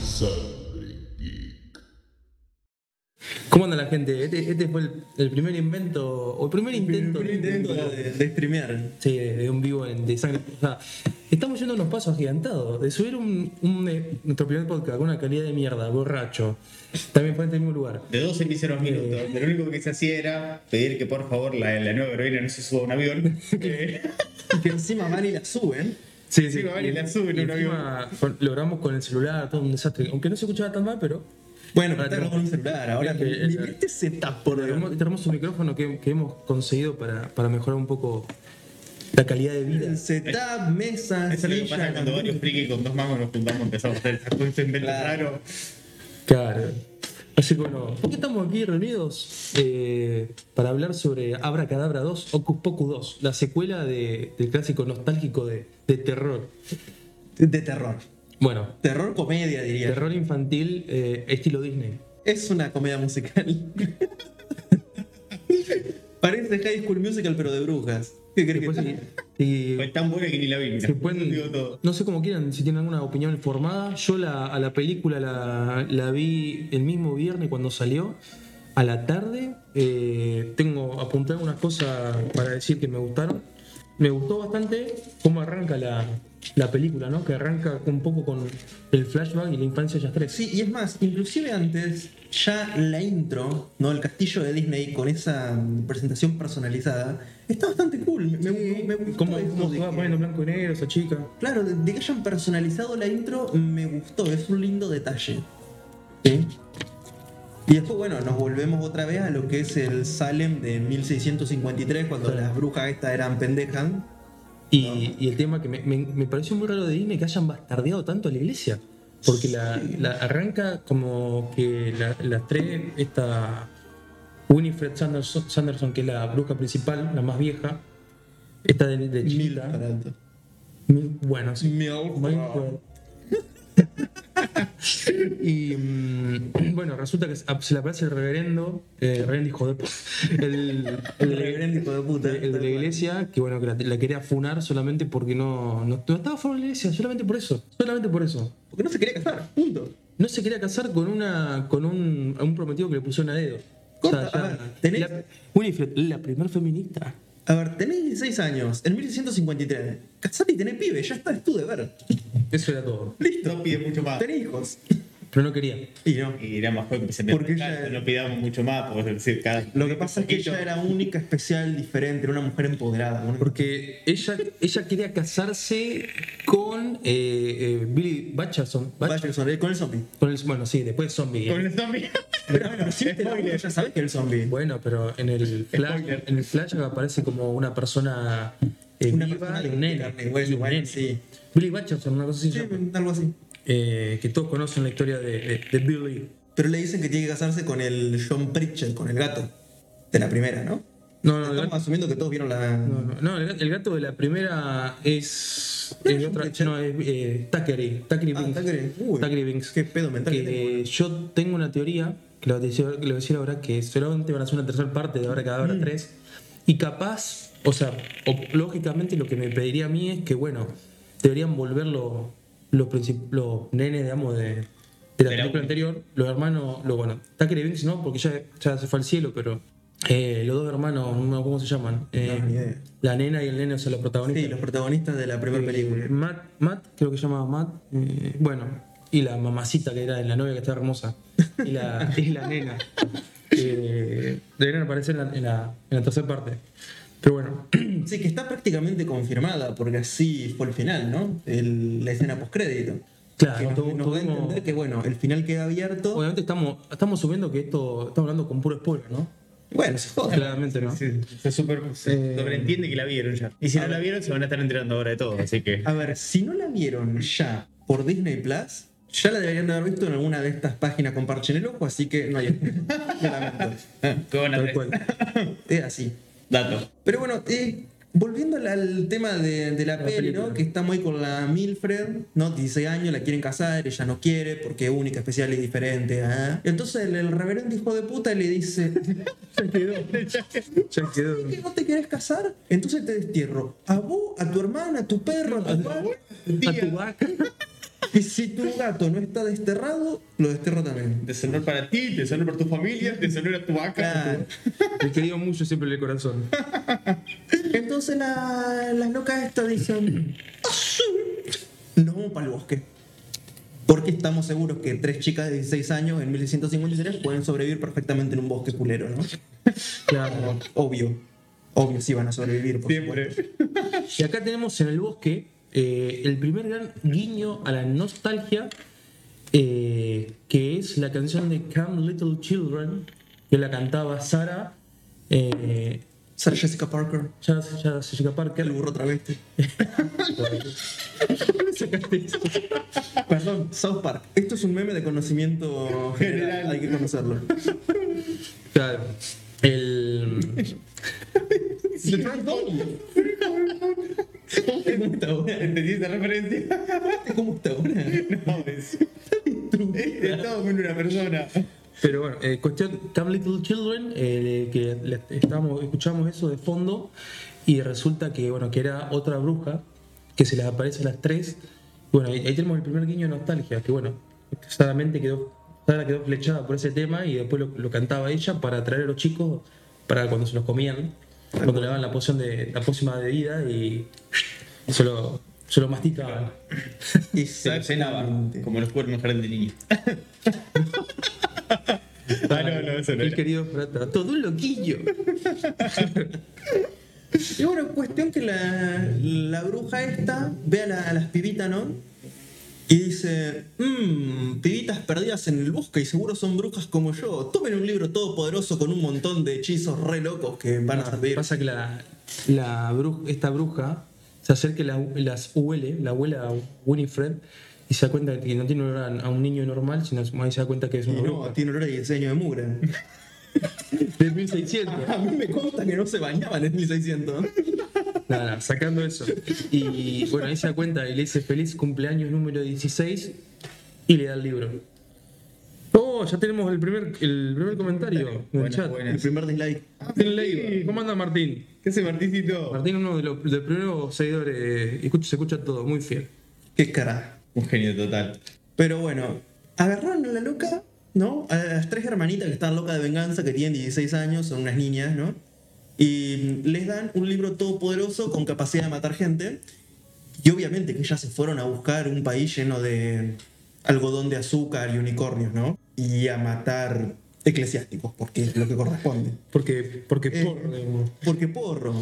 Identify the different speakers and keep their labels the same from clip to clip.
Speaker 1: Sangre Geek.
Speaker 2: ¿Cómo anda la gente? Este, este fue el, el primer invento, o el primer intento,
Speaker 3: Primer intento de, de streamear.
Speaker 2: sí, de, de un vivo en- de sangre. O sea, estamos yendo a unos pasos agigantados. De subir un, un, eh, nuestro primer podcast con una calidad de mierda, borracho, también fue en el mismo lugar.
Speaker 4: De 12 míseros minutos.
Speaker 3: Eh.
Speaker 4: Pero lo único que se hacía era pedir que por favor la, la nueva heroína no se suba a un avión. Eh,
Speaker 3: Que encima van y la suben.
Speaker 2: Sí,
Speaker 4: sí, vale,
Speaker 2: y-
Speaker 4: la suben,
Speaker 2: y
Speaker 4: no la
Speaker 2: encima con- lo grabamos con el celular, todo un desastre. Aunque no se escuchaba tan mal, pero
Speaker 3: Bueno,
Speaker 2: Ahora
Speaker 3: pero está
Speaker 2: tenemos-
Speaker 3: con un celular. Ahora,
Speaker 2: Es que-
Speaker 3: ni- ni este setup por
Speaker 2: tenemos
Speaker 3: Dios.
Speaker 2: este hermoso micrófono que, que hemos conseguido para, para mejorar un poco la calidad de vida.
Speaker 3: Setup, mesa,
Speaker 4: Eso es lo que pasa cuando varios frikis con dos mangos nos juntamos y empezamos a hacer esas cosas inventos
Speaker 3: Claro.
Speaker 4: raros.
Speaker 2: Claro. Así que bueno, ¿por qué estamos aquí reunidos? Eh, para hablar sobre Abra Cadabra 2, Ocus Pocus 2, la secuela de- del clásico nostálgico de, de terror.
Speaker 3: de terror.
Speaker 2: Bueno,
Speaker 3: Terror comedia, diría.
Speaker 2: terror infantil eh, estilo Disney.
Speaker 3: Es una comedia musical. Parece High School Musical, pero de brujas. ¿Qué crees
Speaker 2: Después,
Speaker 3: que
Speaker 2: si,
Speaker 3: sea?
Speaker 2: si-
Speaker 4: Fue tan buena que ni la vi. mira.
Speaker 2: si pueden-
Speaker 4: Digo todo.
Speaker 2: no sé cómo quieran, si tienen alguna opinión formada. Yo la, a la película la, la vi el mismo viernes cuando salió, a la tarde. Eh, tengo apuntado unas cosas para decir que me gustaron. Me gustó bastante cómo arranca la, la película, ¿no? Que arranca un poco con el flashback y la infancia de ellas tres.
Speaker 3: Sí, y es más, inclusive antes, ya la intro, ¿no? El castillo de Disney con esa mm, presentación personalizada, está bastante cool. Me, me, me gustó
Speaker 2: ¿Cómo,
Speaker 3: eso
Speaker 2: cómo
Speaker 3: de
Speaker 2: se va
Speaker 3: que-
Speaker 2: poniendo blanco y negro esa chica?
Speaker 3: Claro, de, de que hayan personalizado la intro me gustó, es un lindo detalle. ¿Sí? Y después, bueno, nos volvemos otra vez a lo que es el Salem de 1653, cuando
Speaker 2: Sí.
Speaker 3: las brujas estas eran pendejas.
Speaker 2: Y, y el tema que me, me- me pareció muy raro de Disney que hayan bastardeado tanto a la iglesia. Porque la, la- arranca como que la- las tres, esta Winifred Sanderson, Sanderson, que es la bruja principal, la más vieja, esta de, de chiquita.
Speaker 3: tanto.
Speaker 2: Mil- bueno, sí.
Speaker 3: Mil-
Speaker 2: Minecraft. y mm, bueno, resulta que se se le aparece el reverendo, eh, reverendo hijo de... p- El,
Speaker 3: El reverendo hijo de puta.
Speaker 2: el de la iglesia, que bueno, que la, la quería funar solamente porque no, no, no estaba fuera de la iglesia, solamente por eso, solamente por eso.
Speaker 3: Porque no se quería casar, punto.
Speaker 2: No se quería casar con una con un, a un prometido que le pusieron a dedo.
Speaker 3: Corta, a ver, tenés-
Speaker 2: la, Winifred, la primer feminista.
Speaker 3: A ver, tenés 16 años, en 1653. Casate y tenés pibe, ya está, es tu deber.
Speaker 2: Eso era todo.
Speaker 3: Listo.
Speaker 4: No pide mucho más.
Speaker 3: Tenés hijos.
Speaker 2: Pero no quería.
Speaker 3: Y no.
Speaker 4: Y era más joven que se
Speaker 3: Porque
Speaker 4: claro,
Speaker 3: ya-
Speaker 4: No pidamos mucho más, porque es decir, cada.
Speaker 3: Lo que pasa es que ella
Speaker 4: poquito.
Speaker 3: era única, especial, diferente, era una mujer empoderada. una-
Speaker 2: Porque ella, ella quería casarse con eh, eh, Billy Batcherson.
Speaker 3: Vaya, sonríe con el zombie.
Speaker 2: Con el, bueno, sí, después zombie.
Speaker 4: Con el zombie.
Speaker 3: Pero bueno, si viste la uno, ya sabes que es el zombie.
Speaker 2: Bueno, pero en el flash,
Speaker 4: Spoiler.
Speaker 2: en el flash aparece como una persona eh,
Speaker 3: Una
Speaker 2: viva
Speaker 3: persona
Speaker 2: y
Speaker 3: de
Speaker 2: un nene.
Speaker 3: carne y hueso,
Speaker 2: y un
Speaker 3: bueno,
Speaker 2: nene.
Speaker 3: sí.
Speaker 2: Billy Batcherson, una cosa así, se
Speaker 3: Sí,
Speaker 2: llama.
Speaker 3: algo así.
Speaker 2: Eh, que todos conocen la historia de, de- de Billy.
Speaker 3: Pero le dicen que tiene que casarse con el John Pritchett, con el gato. De la primera, ¿no?
Speaker 2: No, no, el
Speaker 3: Estamos
Speaker 2: gato,
Speaker 3: asumiendo que todos vieron la.
Speaker 2: no, no, no, el gato- el gato de la primera es,
Speaker 3: No,
Speaker 2: es
Speaker 3: es un
Speaker 2: otra,
Speaker 3: cliché.
Speaker 2: no, es eh, Thackeray, Thackeray
Speaker 3: Ah,
Speaker 2: Binks.
Speaker 3: Thackeray. Uy,
Speaker 2: Thackeray Binks.
Speaker 3: qué pedo mental que
Speaker 2: Que, Yo tengo una teoría, que lo voy a decir- que lo voy a decir ahora, que solamente van a hacer una tercera parte de ahora
Speaker 3: Mm.
Speaker 2: cada hora tres. Y capaz, o sea, o- lógicamente lo que me pediría a mí es que, bueno, deberían volver los, los, princip- los nenes, digamos, de, de la
Speaker 4: De la
Speaker 2: película
Speaker 4: una.
Speaker 2: anterior, los hermanos, lo, bueno, Thackeray Binks no, porque ya, ya se fue al cielo, pero eh, los dos hermanos, no me acuerdo cómo se llaman, Eh,
Speaker 3: ni idea.
Speaker 2: la nena y el nene, o sea, los protagonistas.
Speaker 3: Sí, los protagonistas de la primera película.
Speaker 2: Eh, Matt, Matt, creo que se llamaba Matt. eh, bueno, y la mamacita que era de la novia que estaba hermosa. Y la, y la nena. Eh, deberían aparecer en la, en la- en la tercera parte. Pero bueno,
Speaker 3: Sí, que está prácticamente confirmada, porque así fue el final, ¿no? El- la escena postcrédito.
Speaker 2: claro,
Speaker 3: Que nos,
Speaker 2: tu-
Speaker 3: nos da a
Speaker 2: tuvimos-
Speaker 3: entender que, bueno, el final queda abierto. Bueno,
Speaker 2: obviamente estamos, estamos subiendo que esto estamos hablando con puro spoiler, ¿no?
Speaker 3: se joda.
Speaker 2: Claramente, ¿no?
Speaker 4: Sí, se super, se
Speaker 2: Eh,
Speaker 4: sobreentiende que la vieron ya. Y si no la vieron, se van a estar enterando ahora de todo, así que.
Speaker 3: A ver, si no la vieron ya por Disney Plus, ya la deberían de haber visto en alguna de estas páginas con parche en el ojo, así que no hay. Lo lamento.
Speaker 4: Qué buena
Speaker 2: Tal
Speaker 4: red.
Speaker 2: cual.
Speaker 3: Es así.
Speaker 4: Dato.
Speaker 3: Pero bueno, eh, volviendo al, al tema de, de la,
Speaker 2: La
Speaker 3: peli, ¿no?
Speaker 2: película.
Speaker 3: Que estamos ahí con la Milfred, ¿no? 16 años, la quieren casar, ella no quiere porque es única, especial y diferente. ¿ah? Entonces el, el reverendo hijo de puta le dice:
Speaker 2: Ya quedó.
Speaker 3: ¿Por qué no te querés casar? Entonces te destierro. A vos, a tu hermana, a tu perro, a tu padre.
Speaker 2: A tu vaca.
Speaker 3: que si tu gato no está desterrado, lo desterro también.
Speaker 4: Deshonor para ti, deshonor para tu familia, deshonor a tu vaca.
Speaker 3: Claro.
Speaker 2: Te querido mucho siempre en el corazón.
Speaker 3: Entonces la- las locas estas dicen, nos vamos para el bosque. Porque estamos seguros que tres chicas de 16 años en 1653 pueden sobrevivir perfectamente en un bosque culero, ¿no?
Speaker 2: Claro.
Speaker 3: Obvio. Obvio, sí van a sobrevivir, por
Speaker 4: Siempre.
Speaker 3: supuesto.
Speaker 2: Y acá tenemos en el bosque eh, el primer gran guiño a la nostalgia, eh, que es la canción de Come Little Children, que la cantaba Sara, eh,
Speaker 3: Sarah Jessica Parker,
Speaker 2: ya, ya Jessica
Speaker 3: el
Speaker 2: Parker.
Speaker 3: burro travesti.
Speaker 2: Sacaste eso.
Speaker 3: Perdón, South Park. Esto es un meme de conocimiento general,
Speaker 4: General.
Speaker 3: hay que conocerlo.
Speaker 2: Claro. El,
Speaker 3: ¿Cómo está ahora?
Speaker 4: ¿Entendiste la referencia?
Speaker 3: ¿Cómo está ahora?
Speaker 4: No, es. Estamos en una persona.
Speaker 2: pero bueno, eh, cuestión, Come Little Children, eh, que la- estábamos- escuchamos eso de fondo y resulta que, bueno, que era otra bruja que se les aparece a las tres. Bueno, ahí ahí tenemos el primer guiño de nostalgia, que bueno, claramente quedó, Sara quedó flechada por ese tema y después lo, lo cantaba ella para atraer a los chicos para cuando se los comían, cuando le daban la poción de la pócima de vida y se lo, se lo masticaban.
Speaker 4: Se lo cenaba,
Speaker 3: Exactamente.
Speaker 4: como los cuernos jardín de niño. Ah, no, no, eso no
Speaker 2: El
Speaker 4: era.
Speaker 2: querido Frata, todo un loquillo.
Speaker 3: Y bueno, cuestión que la, la bruja esta ve a, la- a las pibitas, ¿no? Y dice, mmm, pibitas perdidas en el bosque y seguro son brujas como yo. Tomen un libro todopoderoso con un montón de hechizos re locos que van a servir.
Speaker 2: Ah, Pasa que la, la bru- esta bruja se acerca y la- las huele, la abuela Winifred, y se da cuenta que no tiene olor a, a un niño normal, sino ahí se da cuenta que es
Speaker 3: Y
Speaker 2: una
Speaker 3: no,
Speaker 2: bruja.
Speaker 3: tiene olor a diseño de mugre.
Speaker 2: De 1600.
Speaker 3: A mí me consta que no se bañaban en 1600.
Speaker 2: Nada, nada, sacando eso. Y bueno, ahí se da cuenta y le dice feliz cumpleaños número 16 y le da el libro. Oh, ya tenemos el primer, el primer comentario en el
Speaker 4: Buenas,
Speaker 2: chat.
Speaker 4: buenas.
Speaker 3: El primer dislike.
Speaker 2: Martín Leiva. ¿Cómo anda Martín?
Speaker 4: ¿Qué hace Martincito?
Speaker 2: Martín es uno de los, de los primeros seguidores, eh, escucha, se escucha todo, muy fiel.
Speaker 3: Qué cara.
Speaker 4: Un genio total.
Speaker 3: Pero bueno, agarraron a la loca, ¿no? A las tres hermanitas que están locas de venganza, que tienen 16 años, son unas niñas, ¿no? Y les dan un libro todopoderoso con capacidad de matar gente. Y obviamente que ellas se fueron a buscar un país lleno de algodón de azúcar y unicornios, ¿no? Y a matar eclesiásticos, porque es lo que corresponde.
Speaker 2: Porque, porque
Speaker 3: Eh,
Speaker 2: por, digamos.
Speaker 3: Porque porro.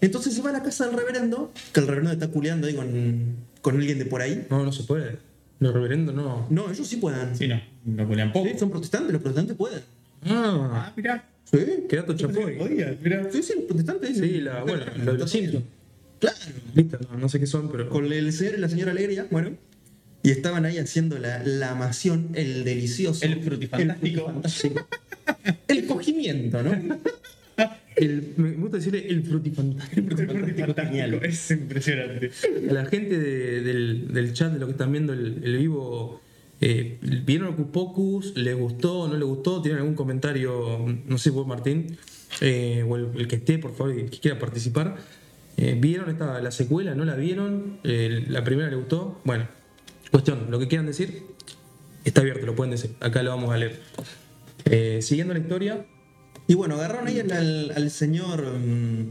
Speaker 3: Entonces se va a la casa del reverendo, que el reverendo está culeando ahí con, con alguien de por ahí.
Speaker 2: No, no se puede. Los reverendos no.
Speaker 3: No, ellos sí puedan.
Speaker 4: Sí, no. No ponían poco.
Speaker 3: Sí, Oh, son protestantes, los protestantes pueden.
Speaker 2: Ah,
Speaker 4: Ah, mirá.
Speaker 3: Sí.
Speaker 2: qué dato chapoy.
Speaker 4: Oiga, mirá.
Speaker 3: Sí, sí, los protestantes dicen.
Speaker 2: Sí, la, bueno, lo de los Simpsons.
Speaker 3: Claro.
Speaker 2: Listo, no, no sé qué son, pero.
Speaker 3: Con el señor y la señora Alegría, bueno. Y estaban ahí haciendo la, la amación, el delicioso.
Speaker 4: El frutifantástico.
Speaker 3: El, frutifantástico. El cogimiento, ¿no?
Speaker 2: El, me gusta decirle el frutifantástico.
Speaker 4: Genial. Es impresionante.
Speaker 2: A la gente de- del, del chat, de los que están viendo el, el vivo, eh, ¿vieron Hocus Pocus? ¿Les gustó? ¿No les gustó? ¿Tienen algún comentario? No sé, vos, Martín, eh, o el, el que esté, por favor, el que quiera participar. Eh, ¿Vieron esta, la secuela? ¿No la vieron? Eh, ¿La primera les gustó? Bueno, cuestión, lo que quieran decir está abierto, lo pueden decir. Acá lo vamos a leer. Eh, siguiendo la historia,
Speaker 3: Y bueno, agarraron ahí al, al- al señor mm,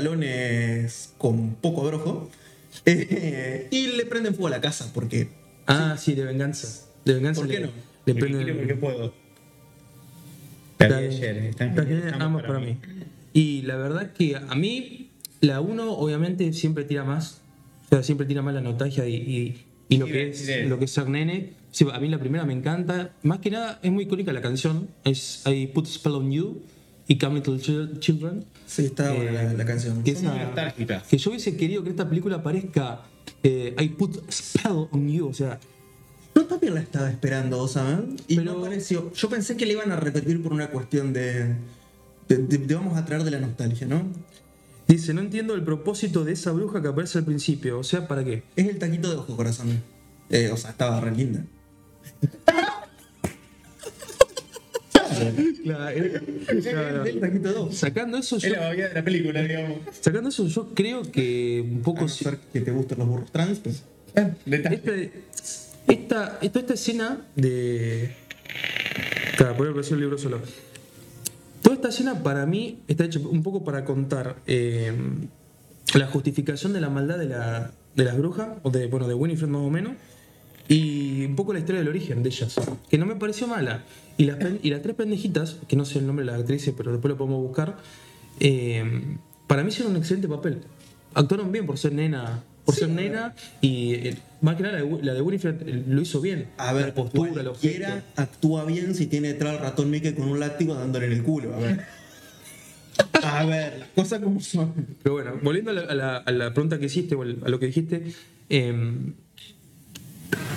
Speaker 3: pantalones con poco brojo. eh, y le prenden fuego a la casa, porque.
Speaker 2: ah, sí, de venganza. De venganza
Speaker 3: ¿Por qué
Speaker 2: le-
Speaker 3: no?
Speaker 2: le
Speaker 4: Me
Speaker 2: prenden-
Speaker 4: quiero porque puedo. La vi ayer. eh, Está en-
Speaker 2: Las que
Speaker 4: está
Speaker 2: ambas
Speaker 4: más
Speaker 2: para mí. Y la verdad que a mí, la 1 obviamente siempre tira más. O sea, siempre tira más la nostalgia y, y- y lo,
Speaker 4: Sí,
Speaker 2: que
Speaker 4: bien,
Speaker 2: es,
Speaker 4: bien.
Speaker 2: lo que es ser nene. Sí, a mí la primera me encanta. Más que nada es muy icónica la canción. Es I Put a Spell on You y Come Little Chil- Children.
Speaker 3: Sí, está buena la, la canción.
Speaker 2: Que,
Speaker 4: Son
Speaker 2: esa-
Speaker 4: muy nostálgicas.
Speaker 2: que yo hubiese querido que esta película aparezca eh, I Put a Spell on You. O sea,
Speaker 3: Yo también la estaba esperando, ¿saben? Y
Speaker 2: Pero-
Speaker 3: no apareció. Yo pensé que le iban a repetir por una cuestión de. de, de- de vamos a traer de la nostalgia, ¿no?
Speaker 2: dice, no entiendo el propósito de esa bruja que aparece al principio. O sea, ¿para qué?
Speaker 3: Es el taquito de ojo, corazón. Eh, o sea, estaba re linda.
Speaker 2: Claro.
Speaker 3: El taquito de ojo.
Speaker 2: Sacando eso, yo
Speaker 4: Es la babia de la película, digamos.
Speaker 2: Sacando eso, yo creo que un
Speaker 3: A
Speaker 2: poco.
Speaker 3: Ah, no
Speaker 2: si-
Speaker 3: ser que te gusten los burros trans, pues.
Speaker 4: Ah. Detalle.
Speaker 2: Este- esta, esta, esta escena de. Claro, por eso el libro solo. Toda esta escena para mí está hecha un poco para contar eh, la justificación de la maldad de, la, de las brujas, o de, bueno, de Winifred más o menos, y un poco la historia del origen de ellas, que no me pareció mala. Y las, pen- y las tres pendejitas, que no sé el nombre de las actrices, pero después lo podemos buscar, eh, para mí hicieron un excelente papel. Actuaron bien por ser nena. Por ser nena y eh, más que nada la de, Wi- la de Winifred eh, lo hizo bien.
Speaker 3: A ver,
Speaker 2: la postura, los gestos.
Speaker 3: cualquiera actúa bien si tiene detrás al ratón Mickey con un látigo dándole en el culo. A ver. A ver, las cosas como son.
Speaker 2: Pero bueno, volviendo a la, a la- a la pregunta que hiciste, o al- a lo que dijiste, em,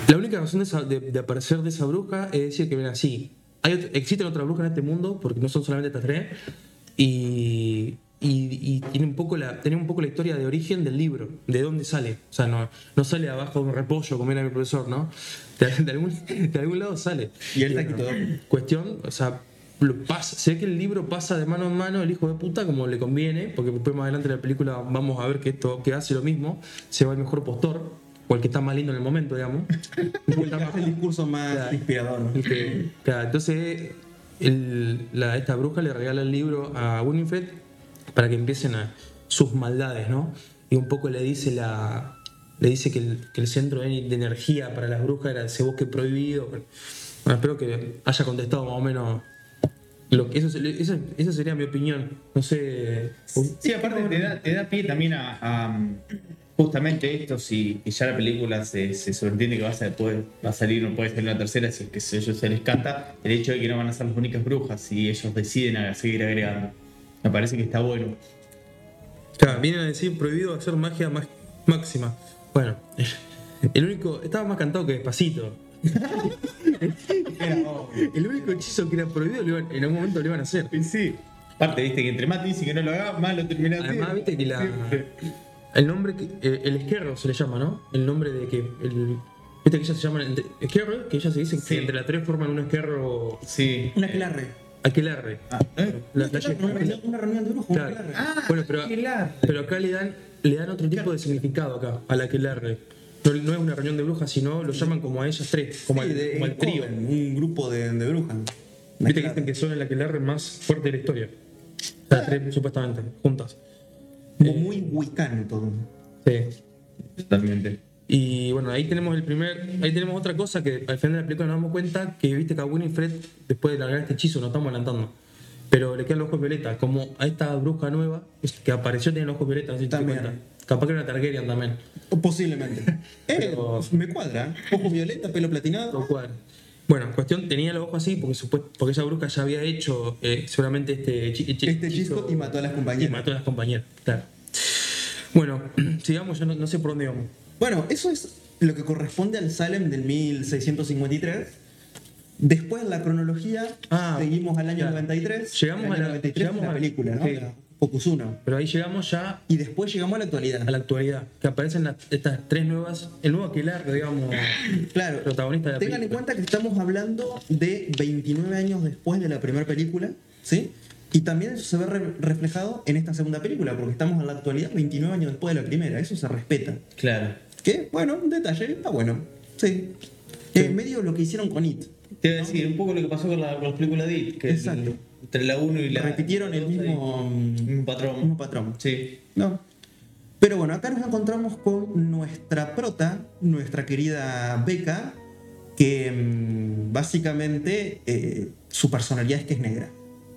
Speaker 2: la única razón de, esa- de- de aparecer de esa bruja es decir que, mira, sí, hay ot- existen otras brujas en este mundo, porque no son solamente estas tres, y, y, y tiene, un poco la, tiene un poco la historia de origen del libro, de dónde sale. O sea, no, no sale de abajo de un repollo, como era mi profesor, ¿no? De, de algún, de algún lado sale.
Speaker 3: Y el
Speaker 2: bueno,
Speaker 3: taquito.
Speaker 2: cuestión, o sea, lo pasa, se ve que el libro pasa de mano en mano el hijo de puta como le conviene, porque después más adelante en la película vamos a ver que esto que hace lo mismo, se va el mejor postor, o el que está más lindo en el momento, digamos. El que está más-
Speaker 3: Es el discurso más
Speaker 2: Claro.
Speaker 3: inspirador. ¿no?
Speaker 2: el que- claro, entonces el- la- esta bruja le regala el libro a Winifred para que empiecen a sus maldades, ¿no? Y un poco le dice la le dice que el, que el centro de de energía para las brujas era ese bosque prohibido. Bueno, espero que haya contestado más o menos lo que eso, se- esa, esa sería mi opinión. No sé.
Speaker 4: Sí, aparte te da, te da pie también a, a, justamente esto, si y ya la película se, se sobreentiende que va a, ser- puede- va a salir o puede salir una tercera, si es que se- ellos se les canta, el hecho de que no van a ser las únicas brujas y ellos deciden a seguir agregando. Me parece que está bueno.
Speaker 2: Claro, vienen a decir prohibido hacer magia ma- máxima. Bueno, el único. Estaba más cantado que despacito. El único hechizo que era prohibido lo iban- en algún momento lo iban a hacer.
Speaker 4: Y sí, aparte, viste que entre más te dicen que no lo hagas, más lo terminas
Speaker 2: Además, viste que la.
Speaker 4: Siempre.
Speaker 2: El nombre. que- eh, el esquerro se le llama, ¿no? El nombre de que. El, viste que ellas se llaman. entre- Esquerro, que ellas se dicen
Speaker 4: Sí.
Speaker 2: que entre las tres forman un esquerro.
Speaker 4: Sí.
Speaker 3: Una aquelarre.
Speaker 2: Aquelarre.
Speaker 4: Ah, ¿eh?
Speaker 2: La- la-
Speaker 3: Una una reunión de brujos. una
Speaker 2: Claro.
Speaker 3: aquelarre.
Speaker 4: Ah,
Speaker 2: bueno, pero,
Speaker 4: aquelarre.
Speaker 2: pero acá le dan, le dan otro tipo de significado acá, a la que No, no es una reunión de brujas, sino lo llaman como a ellas tres, como,
Speaker 3: Sí,
Speaker 2: al,
Speaker 3: de-
Speaker 2: como al
Speaker 3: joven,
Speaker 2: trío.
Speaker 3: Un grupo de, de brujas. Una
Speaker 2: Viste que
Speaker 3: aquelarre.
Speaker 2: dicen que son el aquelarre más fuerte de la historia. Las tres, supuestamente, juntas.
Speaker 3: Como muy wicano todo.
Speaker 2: Sí.
Speaker 4: Totalmente.
Speaker 2: Y bueno, ahí tenemos el primer, ahí tenemos otra cosa que al final de la película nos damos cuenta que viste que a Winifred, después de largar este hechizo, nos estamos adelantando. Pero le quedan los ojos violetas, como a esta bruja nueva que apareció tiene los ojos violetas, no sé si te
Speaker 3: También.
Speaker 2: cuenta. Capaz que era una Targaryen también.
Speaker 3: O Posiblemente. Eh,
Speaker 2: Pero-
Speaker 3: me cuadra. Ojo violeta, pelo
Speaker 2: Lo
Speaker 3: platinado.
Speaker 2: cual- Bueno, cuestión, tenía los ojos así porque, supuest- porque esa bruja ya había hecho eh, seguramente este, hechi- hechi-
Speaker 3: Este chisco y mató a las
Speaker 2: y
Speaker 3: compañeras.
Speaker 2: mató a las compañeras, claro. Bueno, sigamos, yo no, no sé por dónde vamos.
Speaker 3: Bueno, eso es lo que corresponde al Salem del 1653. Después en la cronología
Speaker 2: Ah,
Speaker 3: seguimos al año
Speaker 2: claro.
Speaker 3: 93.
Speaker 2: Llegamos
Speaker 3: El año
Speaker 2: a la-
Speaker 3: 93
Speaker 2: llegamos
Speaker 3: es la
Speaker 2: a-
Speaker 3: película, ¿no?
Speaker 2: sí.
Speaker 3: La Focus 1.
Speaker 2: Pero ahí llegamos ya
Speaker 3: Y después llegamos a la actualidad.
Speaker 2: a la actualidad, que aparecen las- estas tres nuevas, el nuevo Aquilar, digamos,
Speaker 3: Claro.
Speaker 2: protagonista de la
Speaker 3: Tengan en
Speaker 2: película.
Speaker 3: cuenta que estamos hablando de 29 años después de la primera película, ¿sí? Y también eso se ve re- reflejado en esta segunda película, porque estamos en la actualidad 29 años después de la primera, eso se respeta.
Speaker 4: Claro.
Speaker 3: Que, bueno, un detalle, está bueno. Sí. En medio lo que hicieron con It.
Speaker 4: Te voy a decir un poco lo que pasó con la, con la película de It, que
Speaker 3: Exacto.
Speaker 4: el- entre la 1 y la.
Speaker 3: Repitieron el mismo,
Speaker 4: el mismo patrón.
Speaker 3: el mismo patrón.
Speaker 4: Sí.
Speaker 3: No. Pero bueno, acá nos encontramos con nuestra prota, nuestra querida Beca, que mm, básicamente eh, su personalidad es que es negra.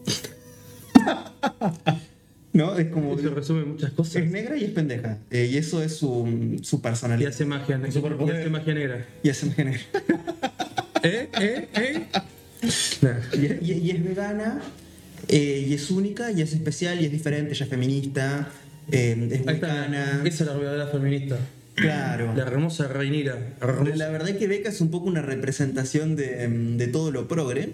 Speaker 3: ¿No? Es como.
Speaker 2: Eso resume muchas cosas.
Speaker 3: Es negra y es pendeja. Eh, y eso es su, su
Speaker 2: Y
Speaker 3: personalidad.
Speaker 2: hace magia, ne- y hace magia negra.
Speaker 3: Y es, negra.
Speaker 2: ¿Eh? ¿Eh? ¿Eh? Nah.
Speaker 3: Y, es- y- y es vegana, eh, y es única, y es especial, y es diferente, ella es feminista, eh, es
Speaker 2: Ahí está,
Speaker 3: mexicana.
Speaker 2: esa es la verdadera feminista.
Speaker 3: Claro.
Speaker 2: La hermosa reinira.
Speaker 3: Pero
Speaker 2: hermosa.
Speaker 3: La verdad que Beca es un poco una representación de, em, de todo lo progre.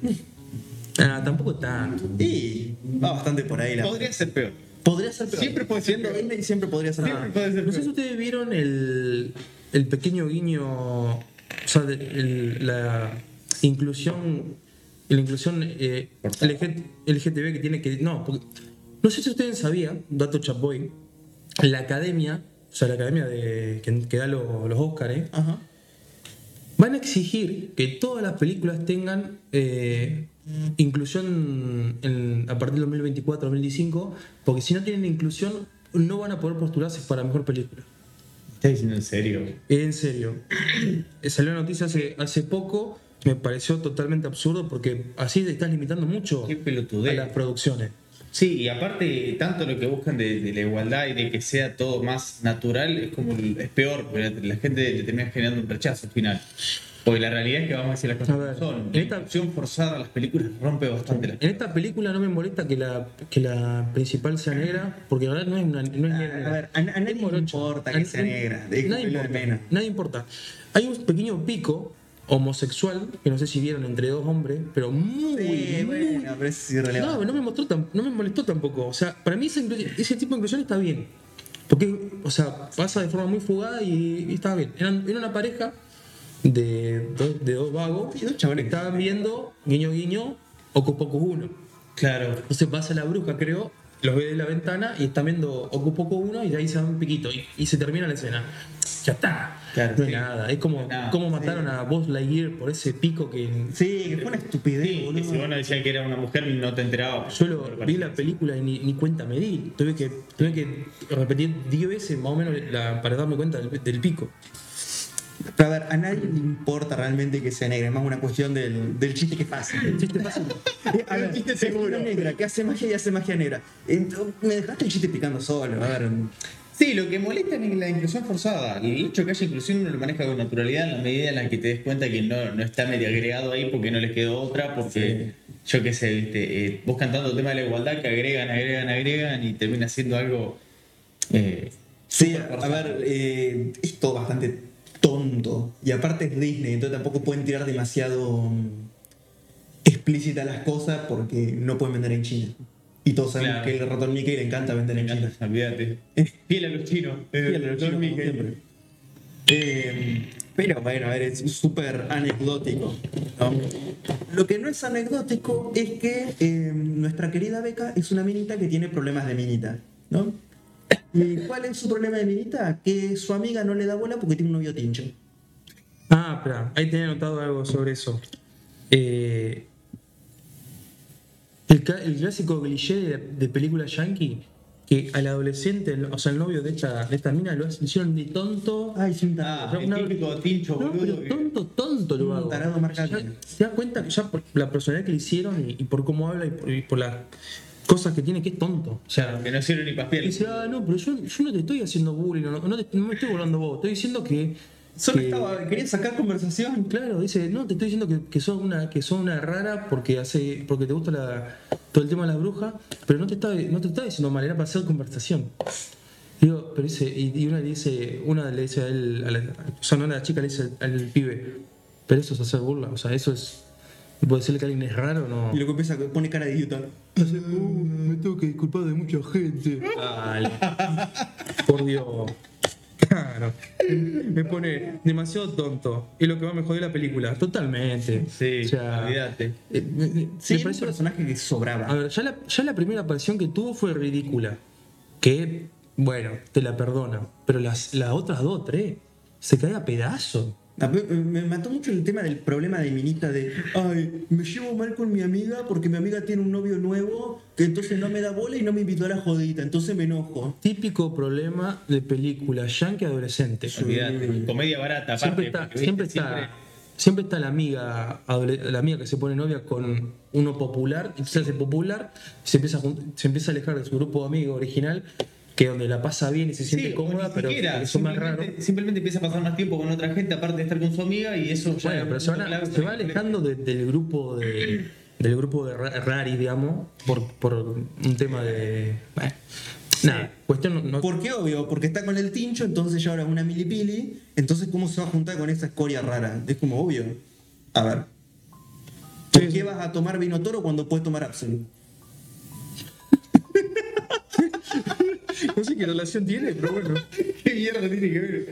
Speaker 2: Ah, tampoco tanto.
Speaker 3: Y va bastante por ahí. La...
Speaker 4: Podría ser peor.
Speaker 3: Podría ser peor.
Speaker 4: Siempre puede ser
Speaker 3: Siendo
Speaker 4: peor.
Speaker 3: Disney siempre podría ser
Speaker 4: Siempre
Speaker 3: peor.
Speaker 4: puede ser
Speaker 2: No sé si
Speaker 4: peor.
Speaker 2: ustedes vieron el, el pequeño guiño, o sea, de- el- la inclusión, la inclusión eh, LG LGTB que tiene que... No, porque- no sé si ustedes sabían, dato chapoy, la academia o sea, la academia de, que, que da lo- los Oscars, ¿eh?
Speaker 3: Ajá.
Speaker 2: van a exigir que todas las películas tengan eh, inclusión en- a partir del 2024-2025, porque si no tienen inclusión no van a poder postularse para mejor película.
Speaker 4: ¿Estás diciendo en serio?
Speaker 2: En serio. Eh, Salió la noticia hace, hace poco, me pareció totalmente absurdo porque así te estás limitando mucho
Speaker 4: Qué
Speaker 2: a
Speaker 4: pelotudez.
Speaker 2: las producciones.
Speaker 4: Sí, y aparte, tanto lo que buscan de, de la igualdad y de que sea todo más natural es como es peor, porque la, la gente le termina generando un rechazo al final. Porque la realidad es que vamos a decir las cosas
Speaker 2: A ver,
Speaker 4: como son.
Speaker 2: en
Speaker 4: La
Speaker 2: esta-
Speaker 4: inclusión forzada a las películas rompe bastante las
Speaker 2: En esta película no me molesta que la, que la principal sea negra, porque la verdad no es, una, no es
Speaker 3: A,
Speaker 2: negra.
Speaker 3: a ver, a, a nadie
Speaker 2: Es
Speaker 3: le
Speaker 2: morocha.
Speaker 3: importa
Speaker 2: A-
Speaker 3: que sea
Speaker 2: a-
Speaker 3: negra.
Speaker 2: Nadie
Speaker 3: Es lo de
Speaker 2: importa,
Speaker 3: menos.
Speaker 2: nadie importa. Hay un pequeño pico homosexual, que no sé si vieron entre dos hombres, pero muy,
Speaker 3: Sí,
Speaker 2: muy-
Speaker 3: bueno, pero es irrelevante.
Speaker 2: No, no me, mostró tam- no me molestó tampoco. O sea, para mí esa inclu- ese tipo de inclusión está bien. Porque, o sea, pasa de forma muy fugada y, y estaba bien. Eran, era una pareja de dos, de dos vagos
Speaker 3: Y dos chavales.
Speaker 2: que estaban viendo, guiño guiño, Ocupocus 1.
Speaker 4: Claro.
Speaker 2: Entonces pasa la bruja, creo, los ve de la ventana y están viendo Ocupocus 1 y de ahí se dan un piquito y, y se termina la escena. Ya está.
Speaker 4: Claro,
Speaker 2: no es
Speaker 4: sí.
Speaker 2: nada. Es como,
Speaker 4: Nada,
Speaker 2: como
Speaker 4: sí.
Speaker 2: mataron a Buzz Lightyear por ese pico que
Speaker 3: Sí, que fue una estupidez,
Speaker 4: Sí, que
Speaker 3: boludo.
Speaker 4: si vos no decías que era una mujer, no te enterabas.
Speaker 2: Yo lo- vi la película y ni, ni cuenta me di. Tuve que, tuve que repetir 10 veces más o menos la- para darme cuenta del, del pico.
Speaker 3: Pero a ver, a nadie le importa realmente que sea negra. Es más una cuestión del, del chiste que pasa.
Speaker 2: Chiste fácil.
Speaker 3: A ver,
Speaker 4: chiste
Speaker 3: es
Speaker 4: seguro.
Speaker 3: una negra que hace magia y hace magia negra. Entonces, me dejaste el chiste picando solo. A ver,
Speaker 4: Sí, lo que molesta es la inclusión forzada. El hecho de que haya inclusión uno lo maneja con naturalidad en la medida en la que te des cuenta que no, no está medio agregado ahí porque no les quedó otra, porque yo qué sé, viste, eh, vos cantando el tema de la igualdad que agregan, agregan, agregan y termina siendo algo... eh,
Speaker 3: sí, a, a ver, eh, es todo bastante tonto. Y aparte es Disney, entonces tampoco pueden tirar demasiado mm, explícitas las cosas porque no pueden vender en China. Y todos sabemos
Speaker 4: Claro.
Speaker 3: que el ratón Mickey le encanta vender
Speaker 4: me
Speaker 3: en China.
Speaker 4: encanta, olvídate. Fiel a los chinos. eh,
Speaker 3: Sí, a los chinos,
Speaker 4: Don
Speaker 3: como
Speaker 4: Mickey.
Speaker 3: siempre. Eh, pero bueno, a ver, es súper anecdótico. ¿no? Lo que no es anecdótico es que eh, nuestra querida Beca es una minita que tiene problemas de minita, ¿no? ¿Y cuál es su problema de minita? Que su amiga no le da bola porque tiene un novio tincho.
Speaker 2: Ah, espera, ahí tenía anotado algo sobre eso. Eh, el, ca- el clásico cliché de, de película yankee que al adolescente, o sea, el novio de esta, de esta mina lo hicieron de tonto.
Speaker 3: Ay, sí, un tarado.
Speaker 4: Ah, el típico tincho,
Speaker 2: No, pero
Speaker 4: boludo. que-
Speaker 2: tonto, tonto
Speaker 3: Un
Speaker 2: lo hago.
Speaker 3: tarado marca-
Speaker 2: Ya- Se da cuenta que ya por la personalidad que le hicieron y, y por cómo habla y por, y por las cosas que tiene, que es tonto. O sea,
Speaker 4: Que no sirve ni papel.
Speaker 2: dice, ah, no, pero yo, yo no te estoy haciendo bullying, no, no te- no me estoy burlando vos, estoy diciendo que.
Speaker 3: Solo
Speaker 2: que-
Speaker 3: estaba, quería sacar conversación.
Speaker 2: Claro, dice, no, te estoy diciendo que, que sos una, que sos una rara porque hace, porque te gusta la- todo el tema de las brujas, pero no te está, no te está diciendo mal, era para hacer conversación. Digo, pero dice, y, y una le dice, una le dice a él, a la, o sea, no a la chica le dice al, al pibe, pero eso es hacer burla, o sea, eso es. Puede decirle que alguien es raro, no.
Speaker 3: Y lo que empieza que pone cara de Utah.
Speaker 2: me tengo que disculpar de mucha gente. Por Dios. Claro. Me pone demasiado tonto. Es lo que más me jodió la película. Totalmente.
Speaker 4: Sí,
Speaker 2: O sea,
Speaker 4: olvídate.
Speaker 2: eh, me- me-
Speaker 3: Sí,
Speaker 2: me
Speaker 3: era un
Speaker 2: pareció-
Speaker 3: personaje que
Speaker 2: A
Speaker 3: sobraba.
Speaker 2: ver, ya la, ya la primera aparición que tuvo fue ridícula. Que, bueno, te la perdona. Pero las, las otras dos, tres, se cae a pedazos.
Speaker 3: A mí Ah, Me mató mucho el tema del problema de Minita de, ay, me llevo mal con mi amiga porque mi amiga tiene un novio nuevo que entonces no me da bola y no me invitó a la jodita, entonces me enojo.
Speaker 2: Típico problema de película yankee adolescente.
Speaker 4: Olvídate. Comedia barata, aparte.
Speaker 2: siempre está,
Speaker 4: porque, viste,
Speaker 2: siempre está, siempre... está la amiga, adole- la amiga que se pone novia con uno popular, y se hace popular, se empieza a, jun- se empieza a alejar de su grupo de amigos original, que donde la pasa bien y se siente
Speaker 4: Sí, o
Speaker 2: cómoda,
Speaker 4: ni
Speaker 2: pero
Speaker 4: siquiera,
Speaker 2: que son más raros.
Speaker 4: simplemente, simplemente empieza a pasar más tiempo con otra gente aparte de estar con su amiga y eso ya
Speaker 2: Bueno, pero se, van a-
Speaker 4: claro,
Speaker 2: se va alejando de- del grupo de del grupo de ra- Rari, digamos, por, por un tema de. Bueno, nada, cuestión no- no.
Speaker 3: ¿Por qué obvio? Porque está con el tincho, entonces ya ahora es una milipili, entonces ¿cómo se va a juntar con esa escoria rara? Es como obvio. A ver. ¿Por qué vas a tomar vino toro cuando puedes tomar Absolut?
Speaker 2: no sé qué relación tiene, pero bueno.
Speaker 4: ¿Qué mierda tiene que ver?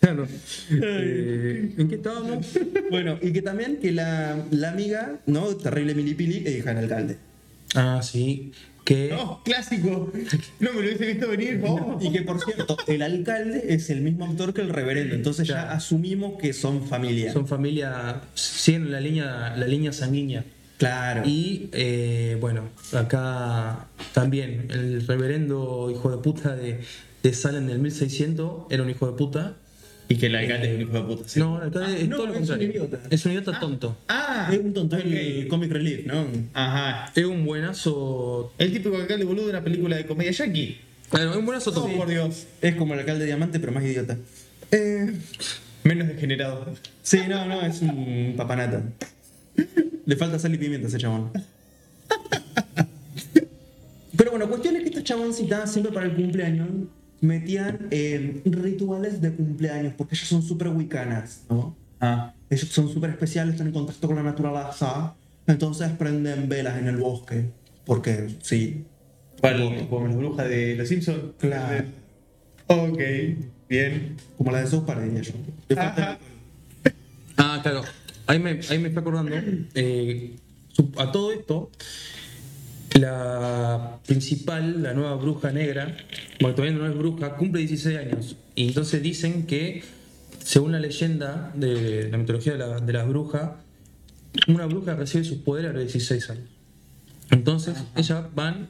Speaker 2: Claro. Eh, ¿En qué estábamos?
Speaker 3: Bueno, y que también que la, la amiga, ¿no? Terrible milipili, es hija del eh, alcalde.
Speaker 2: Ah, sí. Que.
Speaker 4: No, clásico. No me lo hubiese visto venir, vos.
Speaker 3: Y que por cierto, el alcalde es el mismo actor que el reverendo, entonces ya asumimos que son familia.
Speaker 2: Son familia, siguen la línea, la línea sanguínea.
Speaker 3: Claro.
Speaker 2: Y eh, bueno, acá también el reverendo hijo de puta de, de Salem del 1600 era un hijo de puta.
Speaker 4: Y que el alcalde es un hijo de puta. sí.
Speaker 2: No, el alcalde
Speaker 3: Ah,
Speaker 2: es
Speaker 3: no,
Speaker 2: todo lo
Speaker 3: es un
Speaker 2: contrario.
Speaker 3: idiota.
Speaker 2: Es un idiota tonto.
Speaker 4: Ah,
Speaker 3: es un tonto el
Speaker 4: ok.
Speaker 3: comic relief, ¿no?
Speaker 4: Ajá.
Speaker 2: Es un buenazo.
Speaker 4: El típico alcalde boludo de una película de comedia yankee.
Speaker 2: Claro, es un buenazo
Speaker 4: Oh,
Speaker 2: tonto.
Speaker 4: por Dios. Eh,
Speaker 3: Es como el alcalde diamante, pero más idiota.
Speaker 4: Menos degenerado.
Speaker 3: Sí, no, no, es un papanata. Le falta sal y pimienta a ese chabón. Pero bueno, cuestión es que estas chaboncitas siempre para el cumpleaños metían eh, rituales de cumpleaños, porque ellas son súper wicanas, ¿no?
Speaker 4: Ah.
Speaker 3: Ellos son súper especiales, están en contacto con la naturaleza, entonces prenden velas en el bosque, porque sí.
Speaker 4: ¿Cuál? Como las brujas de Los Simpsons.
Speaker 3: Claro.
Speaker 4: Ok, bien.
Speaker 3: Como la de sus paredes, yo. Le falta-
Speaker 4: Ajá.
Speaker 2: Ah, claro. Ahí me, ahí me está acordando. eh, su- a todo esto, la principal, la nueva bruja negra, bueno, todavía no es bruja, cumple 16 años. Y entonces dicen que, según la leyenda de la mitología de, la- de las brujas, una bruja recibe sus poderes a los 16 años. Entonces, ellas van,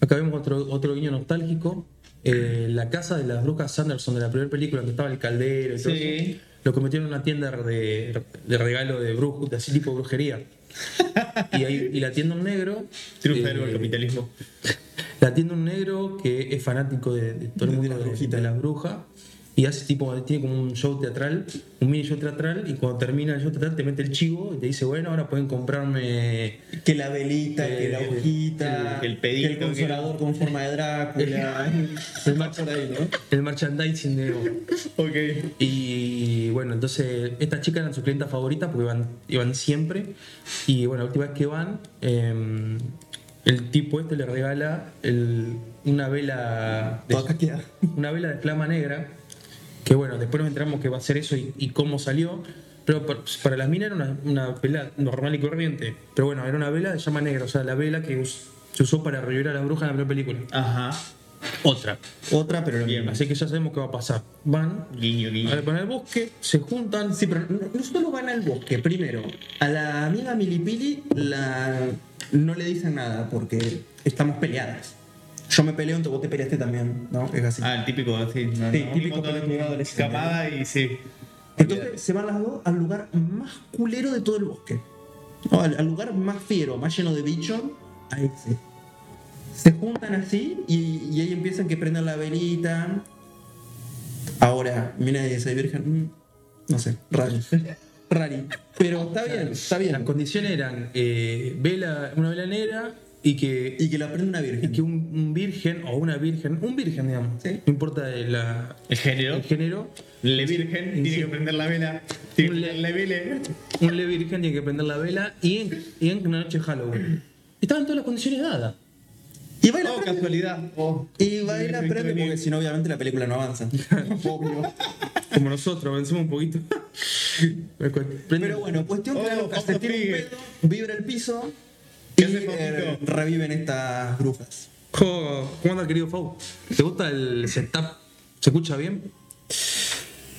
Speaker 2: acá vemos otro, otro guiño nostálgico, eh, la casa de las brujas Sanderson de la primera película, que estaba el caldero y todo
Speaker 4: Sí.
Speaker 2: eso, lo convirtieron en una tienda de, de regalo de brujos, de así tipo brujería. Y, ahí- y la tienda un negro.
Speaker 4: Triunfa
Speaker 2: eh,
Speaker 4: el capitalismo.
Speaker 2: la tienda un negro que es fanático de, de todo el
Speaker 3: De
Speaker 2: mundo
Speaker 3: las
Speaker 2: de, de
Speaker 3: brujitas.
Speaker 2: las brujas. Y hace tipo, tiene como un show teatral, un mini show teatral, y cuando termina el show teatral te mete el chivo y te dice, bueno, ahora pueden comprarme
Speaker 3: Que la velita, que la
Speaker 2: Eh,
Speaker 3: hojita,
Speaker 4: el- que el pedito,
Speaker 3: que el consolador con forma de Drácula, el más por ahí, ¿no?
Speaker 2: el merchandising de Evo".
Speaker 4: Ok.
Speaker 2: Y bueno, entonces estas chicas eran sus clientas favoritas porque iban, iban siempre. Y bueno, la última vez que van, eh, el tipo este le regala el- una vela de,
Speaker 3: Todo acá queda.
Speaker 2: una vela de flama negra. Que bueno, después nos enteramos que va a ser eso y, y cómo salió. Pero pa- para las minas era una, una vela normal y corriente. Pero bueno, era una vela de llama negra, o sea, la vela que us- se usó para revivir a la bruja en la primera película.
Speaker 4: Ajá.
Speaker 2: Otra.
Speaker 3: Otra, pero lo
Speaker 4: Bien.
Speaker 3: mismo.
Speaker 2: Así que ya sabemos qué va a pasar. Van
Speaker 4: Guiño, guiño.
Speaker 2: al van al bosque, se juntan,
Speaker 3: Sí, pero no, no solo van al bosque. Primero, a la amiga Milipili la, no le dicen nada porque estamos peleadas. Yo me peleo, entonces vos te peleaste también, ¿no? Es así.
Speaker 4: Ah, el típico, sí. No,
Speaker 3: Sí,
Speaker 4: no,
Speaker 3: típico
Speaker 4: un montón de
Speaker 3: película
Speaker 4: mujeres
Speaker 3: adolescente.
Speaker 4: camada y sí.
Speaker 3: Entonces se van las dos al lugar más culero de todo el bosque. No, al, al lugar más fiero, más lleno de bichos. Ahí sí. Se juntan así y, y ahí empiezan que prenden la velita. Ahora, mira esa virgen. mm, No sé, rari. Rari. Pero está bien, está
Speaker 2: Las
Speaker 3: bien.
Speaker 2: condiciones eran eh, vela, una vela negra y que,
Speaker 3: Y que la prende una
Speaker 2: y
Speaker 3: virgen.
Speaker 2: que un, un virgen o una virgen, un virgen, digamos,
Speaker 3: Sí.
Speaker 2: no importa de la-
Speaker 4: El género.
Speaker 2: el género,
Speaker 4: Le virgen
Speaker 2: Sí.
Speaker 4: tiene que prender la vela. Tiene que
Speaker 2: Un le-
Speaker 4: prender la vela.
Speaker 2: un le virgen tiene que prender la vela y en, y en una noche de Halloween. Estaban todas las condiciones dadas.
Speaker 3: Y va y la
Speaker 4: Oh,
Speaker 3: prende.
Speaker 4: casualidad. Oh,
Speaker 3: Y
Speaker 4: no
Speaker 3: va y
Speaker 4: hubiese
Speaker 3: la
Speaker 4: visto
Speaker 3: prende
Speaker 4: venir.
Speaker 3: porque si no, obviamente la película no avanza. Obvio.
Speaker 2: Como nosotros, avancemos un poquito.
Speaker 3: Pero bueno, cuestión que
Speaker 4: Oh,
Speaker 3: la loca
Speaker 4: Pablo
Speaker 3: se tira un
Speaker 4: Frieger.
Speaker 3: pedo, vibra el piso y
Speaker 4: ¿Qué hace, Pablito?
Speaker 3: eh, reviven estas brujas.
Speaker 2: Jo, ¿Cómo anda, querido Fau? ¿Te gusta el setup? ¿Se escucha bien?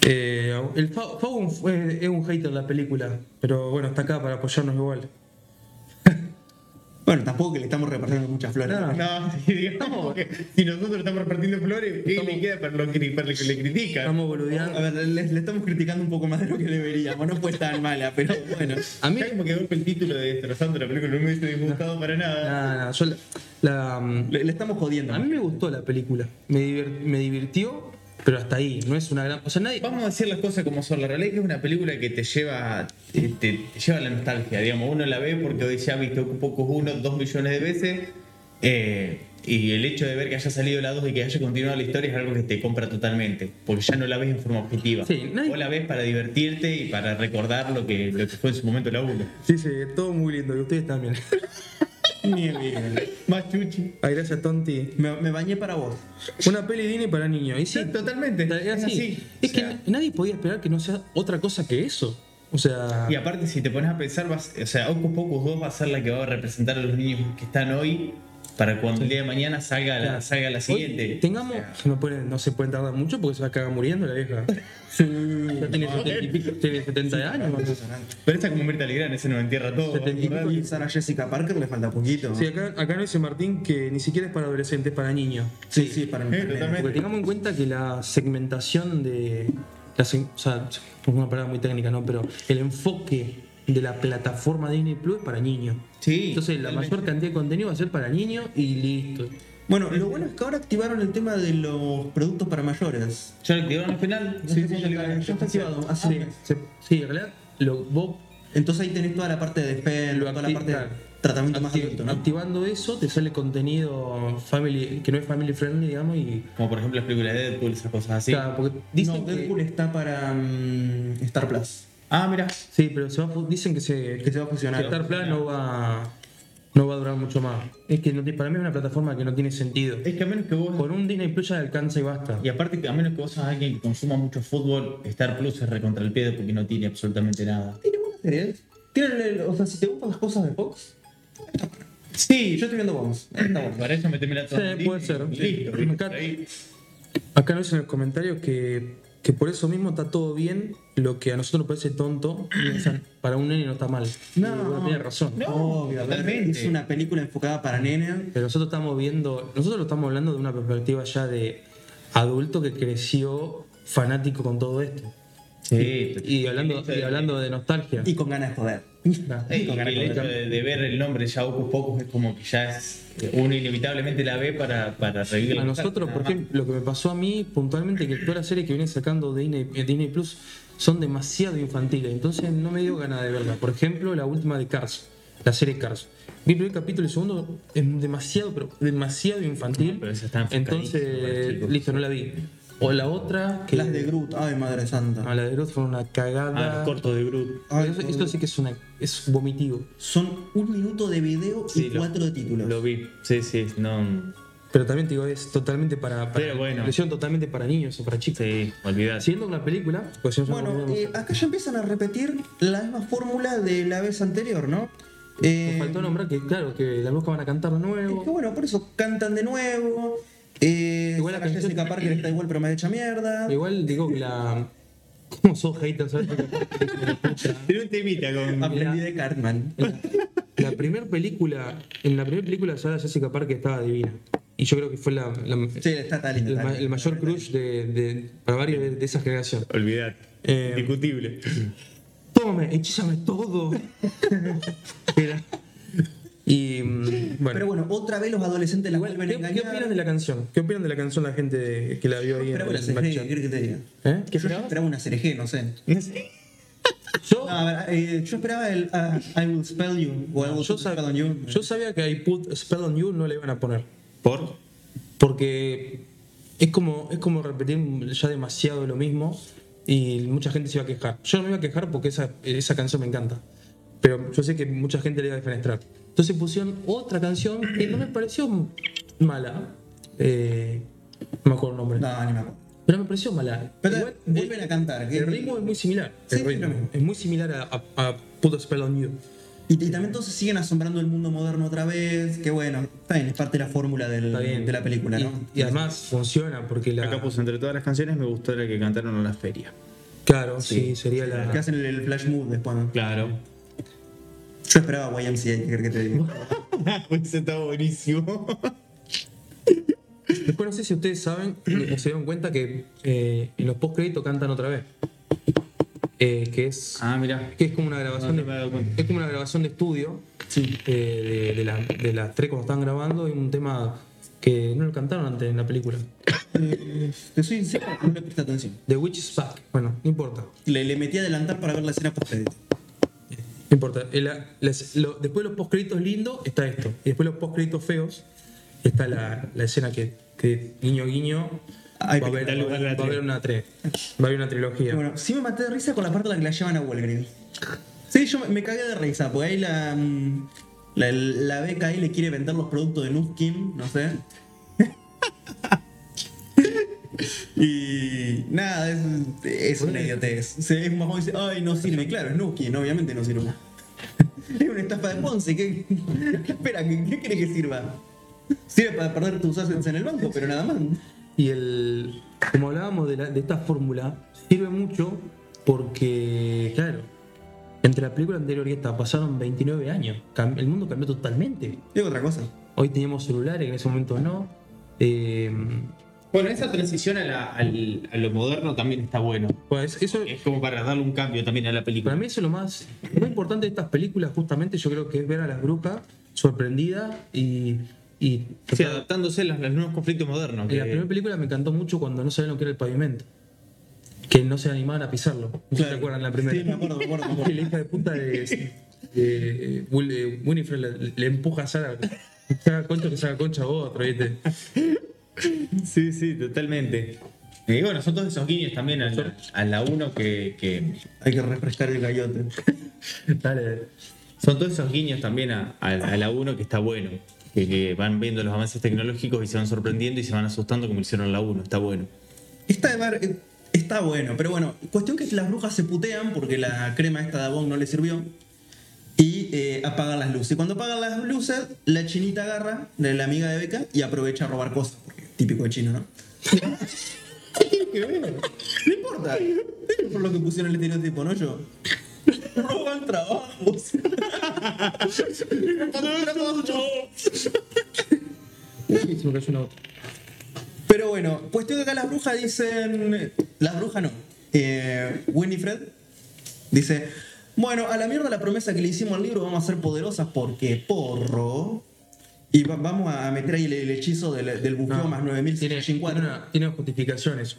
Speaker 2: Eh, el Fau, Fau fue- es un hater de la película, pero bueno, está acá para apoyarnos igual.
Speaker 3: Bueno, tampoco que le estamos repartiendo muchas flores.
Speaker 2: No, no.
Speaker 4: No, si digamos que si nosotros estamos repartiendo flores, ¿qué le
Speaker 2: Estamos-
Speaker 4: queda para lo que, para lo que le critican?
Speaker 2: Estamos boludeando.
Speaker 3: A ver, le, le estamos criticando un poco más de lo que deberíamos. No fue tan mala, pero bueno.
Speaker 2: A mí,
Speaker 4: Ya como que golpe el título de Destrozando la película, no me hubiese disgustado para nada.
Speaker 2: nada, nada, yo la- la, mm,
Speaker 3: Le, le estamos jodiendo.
Speaker 2: a mí me gustó la película. Me, divir- me divirtió, pero hasta ahí. No es una gran. O sea, nadie.
Speaker 4: Vamos a decir las cosas como son. La realidad es que es una película que te lleva, te, te- te lleva a la nostalgia. Digamos, uno la ve porque hoy se ha visto pocos uno, dos millones de veces. eh, y el hecho de ver que haya salido la 2 y que haya continuado la historia es algo que te compra totalmente. Porque ya no la ves en forma objetiva.
Speaker 2: Sí, nadie-
Speaker 4: Vos la ves para divertirte y para recordar lo que, lo que fue en su momento la 1.
Speaker 2: Dice, todo muy lindo, y ustedes también.
Speaker 3: Ni bien.
Speaker 4: Más chuchi.
Speaker 2: Ay, gracias, Tonti.
Speaker 3: Me, me bañé para vos.
Speaker 2: Una peli Disney para niños. Y sí,
Speaker 4: Sí, totalmente.
Speaker 2: Es, así.
Speaker 4: así.
Speaker 2: es
Speaker 4: O
Speaker 2: que
Speaker 4: sea,
Speaker 2: na- nadie podía esperar que no sea otra cosa que eso. O sea,
Speaker 4: Y aparte, si te pones a pensar, vas- o sea, Hocus Pocus 2 va a ser la que va a representar a los niños que están hoy para cuando el día de mañana salga la,
Speaker 2: claro.
Speaker 4: salga la
Speaker 2: Hoy
Speaker 4: siguiente.
Speaker 2: tengamos,
Speaker 4: O sea,
Speaker 2: no, pueden- no se pueden tardar mucho porque se va a cagar muriendo la vieja. Ya tiene 70, y pico- tiene 70 años. más o menos.
Speaker 4: pero esta es como Mirta Legrand, ese nos entierra todo.
Speaker 2: Se te-
Speaker 4: ¿verdad?
Speaker 3: Y Sarah Jessica Parker le falta poquito.
Speaker 2: Sí, acá, acá no dice Martín que ni siquiera es para adolescentes, es para niños.
Speaker 3: Sí, sí, para mí.
Speaker 4: Eh, totalmente.
Speaker 2: Porque tengamos en cuenta que la segmentación de. La, seg- o sea, es una palabra muy técnica, ¿no? Pero el enfoque de la plataforma Disney Plus es para niños.
Speaker 4: Sí.
Speaker 2: Entonces, la mayor cantidad de contenido va a ser para niños y listo.
Speaker 3: Bueno, lo bueno es que ahora activaron el tema de los productos para mayores.
Speaker 4: Yo lo activaron al final. no sé
Speaker 3: sí,
Speaker 4: si
Speaker 3: ya
Speaker 4: lo iban a-
Speaker 3: está activado. hace
Speaker 2: Sí,
Speaker 3: un mes.
Speaker 2: se- sí, en realidad, lo, vos
Speaker 3: Entonces ahí tenés toda la parte de despelo,
Speaker 2: Lo
Speaker 3: toda la
Speaker 2: acti-
Speaker 3: parte de
Speaker 2: claro.
Speaker 3: tratamiento más
Speaker 2: acti-
Speaker 3: adulto, ¿no?
Speaker 2: activando eso, te sale contenido family, que no es family friendly, digamos, y.
Speaker 4: Como por ejemplo las películas de Deadpool, esas cosas así.
Speaker 2: Claro, porque dicen
Speaker 3: no,
Speaker 2: que-
Speaker 3: Deadpool está para mm, Star Plus.
Speaker 4: Ah, mira.
Speaker 2: Sí, pero se va a fu- dicen que se,
Speaker 3: Que se va a fusionar.
Speaker 2: que Star Plus no va, no va a durar mucho más. Es que no ti- para mí es una plataforma que no tiene sentido.
Speaker 4: Es que a menos que vos.
Speaker 2: Con un Disney Plus ya alcanza y basta.
Speaker 4: Y aparte, que a menos que vos seas alguien que consuma mucho fútbol, Star Plus es recontra el pie porque no tiene absolutamente nada.
Speaker 3: Tiene buenas series. Tienen el- o sea, si te gustan las cosas de Fox.
Speaker 4: Sí,
Speaker 3: Y yo estoy viendo Bones. Está bueno.
Speaker 4: Para eso me temé la
Speaker 2: Sí,
Speaker 4: tontería
Speaker 2: puede
Speaker 4: y
Speaker 2: ser, sí.
Speaker 4: Listo,
Speaker 2: Me
Speaker 4: listo,
Speaker 2: encanta.
Speaker 4: ahí.
Speaker 2: Acá nos dicen en los comentarios que, que por eso mismo está todo bien, lo que a nosotros nos parece tonto, o sea, para un nene no está mal.
Speaker 3: No.
Speaker 2: Y vos tenés razón.
Speaker 4: No,
Speaker 3: Obviamente.
Speaker 4: totalmente.
Speaker 3: Es una película enfocada para nene.
Speaker 2: Pero nosotros estamos viendo, nosotros lo estamos hablando de una perspectiva ya de adulto que creció fanático con todo esto.
Speaker 4: Sí,
Speaker 2: Y hablando, y hablando de nostalgia.
Speaker 3: Y con ganas de joder.
Speaker 4: Sí, y el hecho de, de ver el nombre ya Hocus Pocus es como que ya es uno inevitablemente la ve para, para revivir la
Speaker 2: A
Speaker 4: nostalgia,
Speaker 2: nosotros, por
Speaker 4: nada más.
Speaker 2: ejemplo, lo que me pasó a mí puntualmente, que todas las series que vienen sacando de Disney, eh, Disney Plus son demasiado infantiles, entonces no me dio ganas de verlas. Por ejemplo, la última de Cars, la serie Cars. Vi el primer capítulo y el segundo es demasiado, pero demasiado infantil.
Speaker 4: No, Ah, pero esa está enfocadísima para
Speaker 2: entonces,
Speaker 4: chicos.
Speaker 2: listo, no la vi. O la otra, que
Speaker 3: Las de Groot. Ay, madre
Speaker 2: No,
Speaker 3: santa.
Speaker 2: la de Groot fue una
Speaker 4: Ah,
Speaker 2: cagada.
Speaker 4: los cortos de Groot.
Speaker 3: Ay,
Speaker 2: Eso-
Speaker 3: por
Speaker 2: esto
Speaker 3: Dios.
Speaker 2: sí que es una es vomitivo.
Speaker 3: Son un minuto de video
Speaker 4: Sí,
Speaker 3: y
Speaker 4: lo-
Speaker 3: cuatro de títulos.
Speaker 4: Lo vi. Sí, sí, no.
Speaker 2: Pero también te digo, es totalmente para. para
Speaker 4: Pero bueno.
Speaker 2: lo hicieron totalmente para niños o para chicos.
Speaker 4: Sí, olvidar.
Speaker 2: Siguiendo con la película, pues si no,
Speaker 3: Bueno,
Speaker 2: nos-
Speaker 3: eh, acá ya empiezan a repetir la misma fórmula de la vez anterior, ¿no? Eh,
Speaker 2: nos faltó nombrar que, claro, que las brujas van a cantar de
Speaker 3: es que
Speaker 2: nuevo.
Speaker 3: bueno, por eso cantan de nuevo. Eh,
Speaker 2: Igual la
Speaker 3: Sarah
Speaker 2: canción-
Speaker 3: Jessica Parker está igual, pero más hecha mierda.
Speaker 2: Igual digo que la. ¿Cómo sos hater? ¿sabes?
Speaker 4: Pero un temita con.
Speaker 3: Aprendí de Cartman.
Speaker 2: La primera película, en la primera película Sarah Jessica Parker estaba divina. Y yo creo que fue la, la-
Speaker 3: Sí, está tal
Speaker 2: el, ma- el mayor crush de, de- para varios de, de esa generación.
Speaker 4: Olvidar.
Speaker 2: Eh,
Speaker 4: Indiscutible.
Speaker 2: Tome, hechízame todo. Era- Y mm, bueno.
Speaker 3: Pero bueno, otra vez los adolescentes la
Speaker 2: Igual,
Speaker 3: vuelven a
Speaker 2: ¿qué,
Speaker 3: engañar.
Speaker 2: qué opinan de la canción? ¿Qué opinan de la canción la gente de- que la vio ahí en
Speaker 3: Esperaba una
Speaker 2: el
Speaker 3: CRG, ¿qué
Speaker 2: backchat?
Speaker 3: querés que te diga?
Speaker 2: ¿Eh? ¿Qué
Speaker 3: Yo
Speaker 2: esperabas?
Speaker 3: esperaba una CRG, no sé.
Speaker 2: Yo,
Speaker 3: No, a ver, eh, yo esperaba el ah, I will spell you o I will
Speaker 2: yo,
Speaker 3: spell
Speaker 2: sab-
Speaker 3: on you. eh.
Speaker 2: yo sabía que I put a spell on you no le iban a poner.
Speaker 4: ¿Por?
Speaker 2: Porque es como, es como repetir ya demasiado lo mismo y mucha gente se iba a quejar. Yo no me iba a quejar porque esa, esa canción me encanta. Pero yo sé que mucha gente le iba a defenestrar. Entonces pusieron otra canción que no me pareció mala. Eh, no me acuerdo el nombre.
Speaker 3: No, ni me acuerdo.
Speaker 2: Pero me pareció mala.
Speaker 3: Pero
Speaker 2: Igual,
Speaker 3: vuelven
Speaker 2: eh,
Speaker 3: a cantar. que-
Speaker 2: El ritmo es muy similar.
Speaker 3: Sí,
Speaker 2: El ritmo.
Speaker 3: sí, lo mismo.
Speaker 2: Es muy similar a, a, a Put a Spell on You.
Speaker 3: Y, y también entonces siguen asombrando el mundo moderno otra vez. Que bueno, está bien, es parte de la fórmula del-
Speaker 2: Está bien.
Speaker 3: de la película,
Speaker 2: Y-
Speaker 3: ¿no?
Speaker 2: Y, además funciona porque la.
Speaker 4: Acá puso entre todas las canciones, me gustó la que cantaron en la feria.
Speaker 2: Claro, sí, sería la.
Speaker 3: Que hacen el, el flash move después. ¿no?
Speaker 4: Claro.
Speaker 3: Yo esperaba YMCA, que que te diga.
Speaker 4: Eso está buenísimo.
Speaker 2: Después no sé si ustedes saben o se dieron cuenta que eh, en los post crédito cantan otra vez. Eh, que es.
Speaker 4: Ah, mira.
Speaker 2: Que es como una grabación
Speaker 4: No, no me he dado
Speaker 2: de,
Speaker 4: cuenta.
Speaker 2: es como una grabación de estudio
Speaker 3: Sí.
Speaker 2: eh, de, de la- de las tres cuando estaban grabando y un tema que no lo cantaron antes en la película.
Speaker 3: Eh, te soy sincero, no le presté atención.
Speaker 2: The Witch is Back. Bueno, no importa.
Speaker 3: Le, le metí a adelantar para ver la escena post crédito.
Speaker 2: No importa. El- la- las- lo- después de los postcréditos lindos está esto. Y después de los postcréditos feos está la, la escena que, que guiño guiño
Speaker 3: Ay,
Speaker 2: va, a haber,
Speaker 4: da lugar a la
Speaker 2: va a haber
Speaker 4: tri-
Speaker 2: una tres. Va a haber una trilogía.
Speaker 3: Bueno, sí me maté de risa con la parte en la que la llevan a Walgreens. Sí, yo me, me cagué de risa, porque ahí la, mm, la, la beca ahí le quiere vender los productos de Nuskin, no sé. Y nada, es, es una
Speaker 2: Ponele.
Speaker 3: idiotez. Se ve un mamón y dice, ay, no sirve. Claro, es Nuki, obviamente no sirve. Es una estafa de Ponce. ¿Qué, qué espera? ¿Qué, qué quiere que sirva? Sirve para perder tus assets en el banco, pero nada más.
Speaker 2: Y el, como hablábamos de, la- de esta fórmula, sirve mucho porque, claro, entre la película anterior y esta pasaron 29 años. Cam- El mundo cambió totalmente.
Speaker 3: Digo otra cosa.
Speaker 2: Hoy teníamos celulares, en ese momento no. Eh,
Speaker 4: Bueno, esa transición a, la- al- a lo moderno también está bueno.
Speaker 2: pues eso,
Speaker 4: Es como para darle un cambio también a la
Speaker 2: para
Speaker 4: película.
Speaker 2: mí eso es lo más, lo más importante de estas películas, justamente yo creo que es ver a las brujas sorprendidas y... y
Speaker 4: Sí, adaptándose a los, los nuevos conflictos modernos.
Speaker 2: En la
Speaker 4: que-
Speaker 2: primera película me encantó mucho cuando no sabían lo que era el pavimento. Que no se animaban a pisarlo. ¿No se
Speaker 3: Claro.
Speaker 2: acuerdan la primera?
Speaker 3: Sí, me acuerdo, me acuerdo, me acuerdo.
Speaker 2: Que la hija de puta de, de Will- de Winifred le, le empuja a Sara. Sara Concha que Sara Concha vos, otro, ¿viste?
Speaker 4: Sí, sí, totalmente. Y bueno, son todos esos guiños también a la- a la 1 que, que
Speaker 3: Hay que refrescar el gallote.
Speaker 2: Dale.
Speaker 4: Son todos esos guiños también a, a- a la 1 que está bueno. Que, que van viendo los avances tecnológicos y se van sorprendiendo y se van asustando como hicieron en la 1. Está bueno.
Speaker 3: Esta de bar eh, está bueno, pero bueno, cuestión que las brujas se putean porque la crema esta de Avon no le sirvió y eh, apagan las luces. Y cuando apagan las luces, la chinita agarra de la amiga de Beca y aprovecha a robar cosas, porque es típico de chino, ¿no? No importa, es por lo que pusieron el estereotipo, ¿no? Yo. Roban trabajos.
Speaker 2: Sí, se me cayó una otra.
Speaker 3: Pero bueno, cuestión que acá las brujas dicen. Las brujas no. Eh, Winifred dice: Bueno, a la mierda la promesa que le hicimos al libro, vamos a ser poderosas porque porro. Y va- vamos a meter ahí el, el hechizo del, del bufeo
Speaker 2: No,
Speaker 3: más
Speaker 2: tiene, tiene
Speaker 3: 9054.
Speaker 2: una, tiene justificaciones.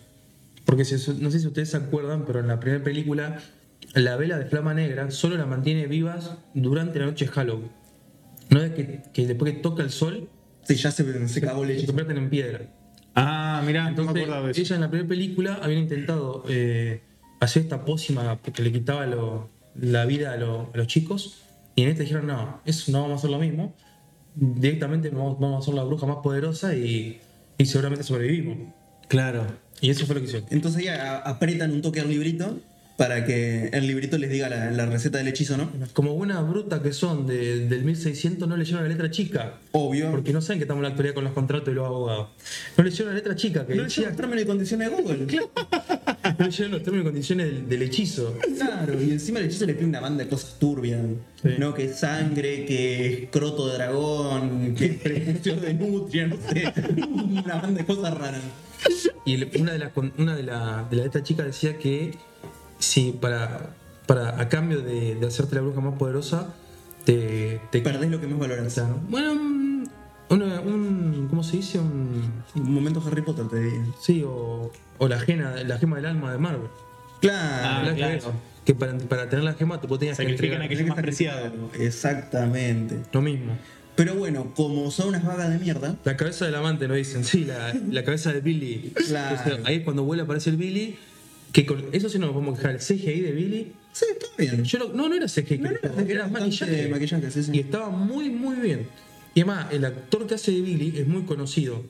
Speaker 2: Porque si- no sé si ustedes se acuerdan, pero en la primera película, la vela de flama negra solo la mantiene vivas durante la noche de Halloween. No es que, que después que toca el sol,
Speaker 3: Sí, ya se, se cagó el
Speaker 2: se
Speaker 3: hechizo.
Speaker 2: convierten en piedra.
Speaker 4: Ah, mirá, no me
Speaker 2: Entonces,
Speaker 4: acordaba de eso.
Speaker 2: ella en la primera película había intentado eh, hacer esta pócima que le quitaba lo- la vida a, lo- a los chicos. Y en esta dijeron, no, eso no vamos a hacer lo mismo. Directamente vamos, vamos a hacer la bruja más poderosa y, y seguramente sobrevivimos.
Speaker 4: Claro.
Speaker 2: Y eso fue lo que hicieron.
Speaker 3: Entonces ya a- apretan un toque al librito para que el librito les diga la, la receta del hechizo, ¿no?
Speaker 2: Como buenas brutas que son de- del 1600, no leyeron la letra chica.
Speaker 3: Obvio.
Speaker 2: Porque no saben que estamos en la actualidad con los contratos y los abogados. No leyeron la letra chica, que
Speaker 3: no
Speaker 2: decía-
Speaker 3: leyeron los términos y condiciones de Google.
Speaker 2: no leyeron los términos y condiciones del, del hechizo.
Speaker 3: Claro, y encima el hechizo le pide una banda de cosas turbias.
Speaker 2: Sí.
Speaker 3: No, que sangre, que escroto de dragón, que prepucio de nutria, no sé. Una banda de cosas raras.
Speaker 2: Y el- una de las con- una de la, de la- de esta chica decía que si para, para a cambio de, de hacerte la bruja más poderosa, te, te
Speaker 3: Perdés lo que más valoras.
Speaker 2: quitan. Bueno, un, una- un- ¿cómo se dice? Un,
Speaker 3: Un momento Harry Potter te digo.
Speaker 2: sí, o, o la, gena, la gema del alma de Marvel.
Speaker 4: Ah,
Speaker 3: Claro.
Speaker 2: Hablaste de
Speaker 4: claro.
Speaker 2: eso. Que para, para tener la gema tú tenías que
Speaker 4: Sacrifican
Speaker 2: entregar
Speaker 4: aquello más preciado.
Speaker 3: Exactamente.
Speaker 2: lo mismo.
Speaker 3: Pero bueno, como son unas vagas de mierda,
Speaker 2: La cabeza del amante, lo dicen, sí, la, la cabeza de Billy.
Speaker 3: Claro.
Speaker 2: Entonces, ahí es cuando vuelve aparece el Billy, que con eso sí no nos podemos quejar. El CGI de Billy
Speaker 3: sí, está bien.
Speaker 2: Yo no, no, no era CG,
Speaker 3: No, no,
Speaker 2: creo,
Speaker 3: no, era
Speaker 2: era
Speaker 3: bastante
Speaker 2: maquillaje.
Speaker 3: maquillaje, sí, sí.
Speaker 2: Y estaba muy, muy bien. Y además, el actor que hace de Billy es muy conocido.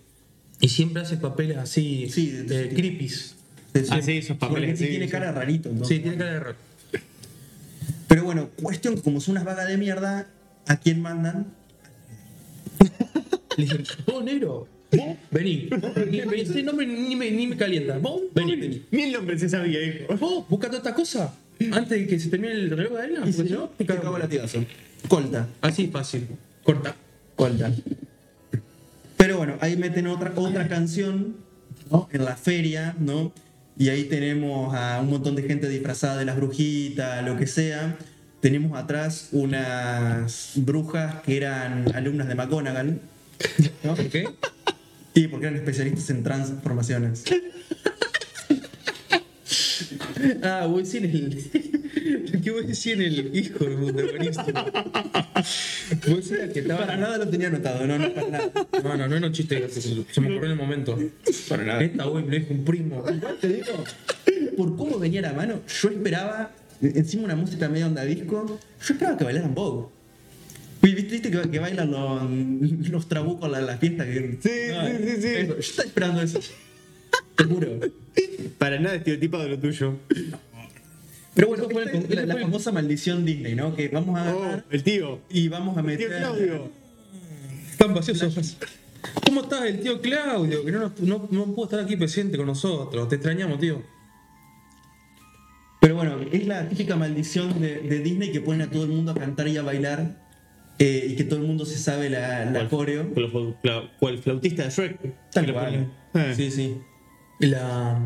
Speaker 2: Y siempre hace papeles así,
Speaker 3: Sí,
Speaker 2: de,
Speaker 3: de-
Speaker 2: creepies.
Speaker 4: Ah, sí, esos papeles,
Speaker 3: Porque sí
Speaker 4: sí,
Speaker 3: tiene
Speaker 4: sí.
Speaker 3: cara rarito. ¿no?
Speaker 2: Sí, tiene cara de rock.
Speaker 3: Pero bueno, cuestión que como son unas vagas de mierda, ¿a quién mandan?
Speaker 2: Le dicen, vos, negro, vos, vení. Vos, vení, vení. Este nombre ni me, ni me calienta. Vos, vení, vení.
Speaker 4: Ni el nombre se sabía, hijo.
Speaker 2: Vos, busca toda esta cosa antes de que se termine el reloj de arena.
Speaker 3: Y
Speaker 2: porque
Speaker 3: si no, te cago
Speaker 2: cagamos.
Speaker 3: la tigazo. Colta.
Speaker 2: Así fácil. Corta.
Speaker 3: Colta. Pero bueno, ahí meten otra, otra canción ¿no? en la feria, ¿no? Y ahí tenemos a un montón de gente disfrazada de las brujitas, lo que sea. Tenemos atrás unas brujas que eran alumnas de McGonagall. ¿no?
Speaker 2: ¿Por qué?
Speaker 3: Sí, porque eran especialistas en transformaciones.
Speaker 2: Ah, voy sin el. Lo que voy a decir en el hijo de puta, buenísimo. Voy sin el que estaba.
Speaker 3: Para nada lo tenía anotado, no, no, para nada.
Speaker 2: No, no, no era un chiste gracioso. Se me ocurrió en el momento.
Speaker 3: Para
Speaker 2: Esta wey me lo dijo un primo.
Speaker 3: Igual te digo, por cómo venía la mano, yo esperaba, encima una música medio onda disco, yo esperaba que bailaran Vogue. Y ¿Viste, viste que, que bailan los, los trabucos a la, la fiesta? Que,
Speaker 4: Sí, sí, sí, sí.
Speaker 3: Eso, yo estaba esperando eso. te juro.
Speaker 5: Para nada estereotipado de lo tuyo.
Speaker 3: Pero bueno, esta es la, la famosa maldición Disney, ¿no? Que vamos a
Speaker 5: Oh,
Speaker 3: agarrar
Speaker 5: el tío.
Speaker 3: y vamos a
Speaker 5: El tío
Speaker 3: meter.
Speaker 5: Claudio.
Speaker 2: Están vacíos ojos. ¿Cómo estás, el tío Claudio? Que no, nos- no, no pudo estar aquí presente con nosotros. Te extrañamos, tío.
Speaker 3: Pero bueno, es la típica maldición de, de Disney que ponen a todo el mundo a cantar y a bailar eh, y que todo el mundo se sabe la, la coreo.
Speaker 5: Con los- cla- con el flautista de Shrek.
Speaker 3: Tal
Speaker 5: Que lo
Speaker 3: cual.
Speaker 5: pone. Eh.
Speaker 3: Sí, sí.
Speaker 2: La.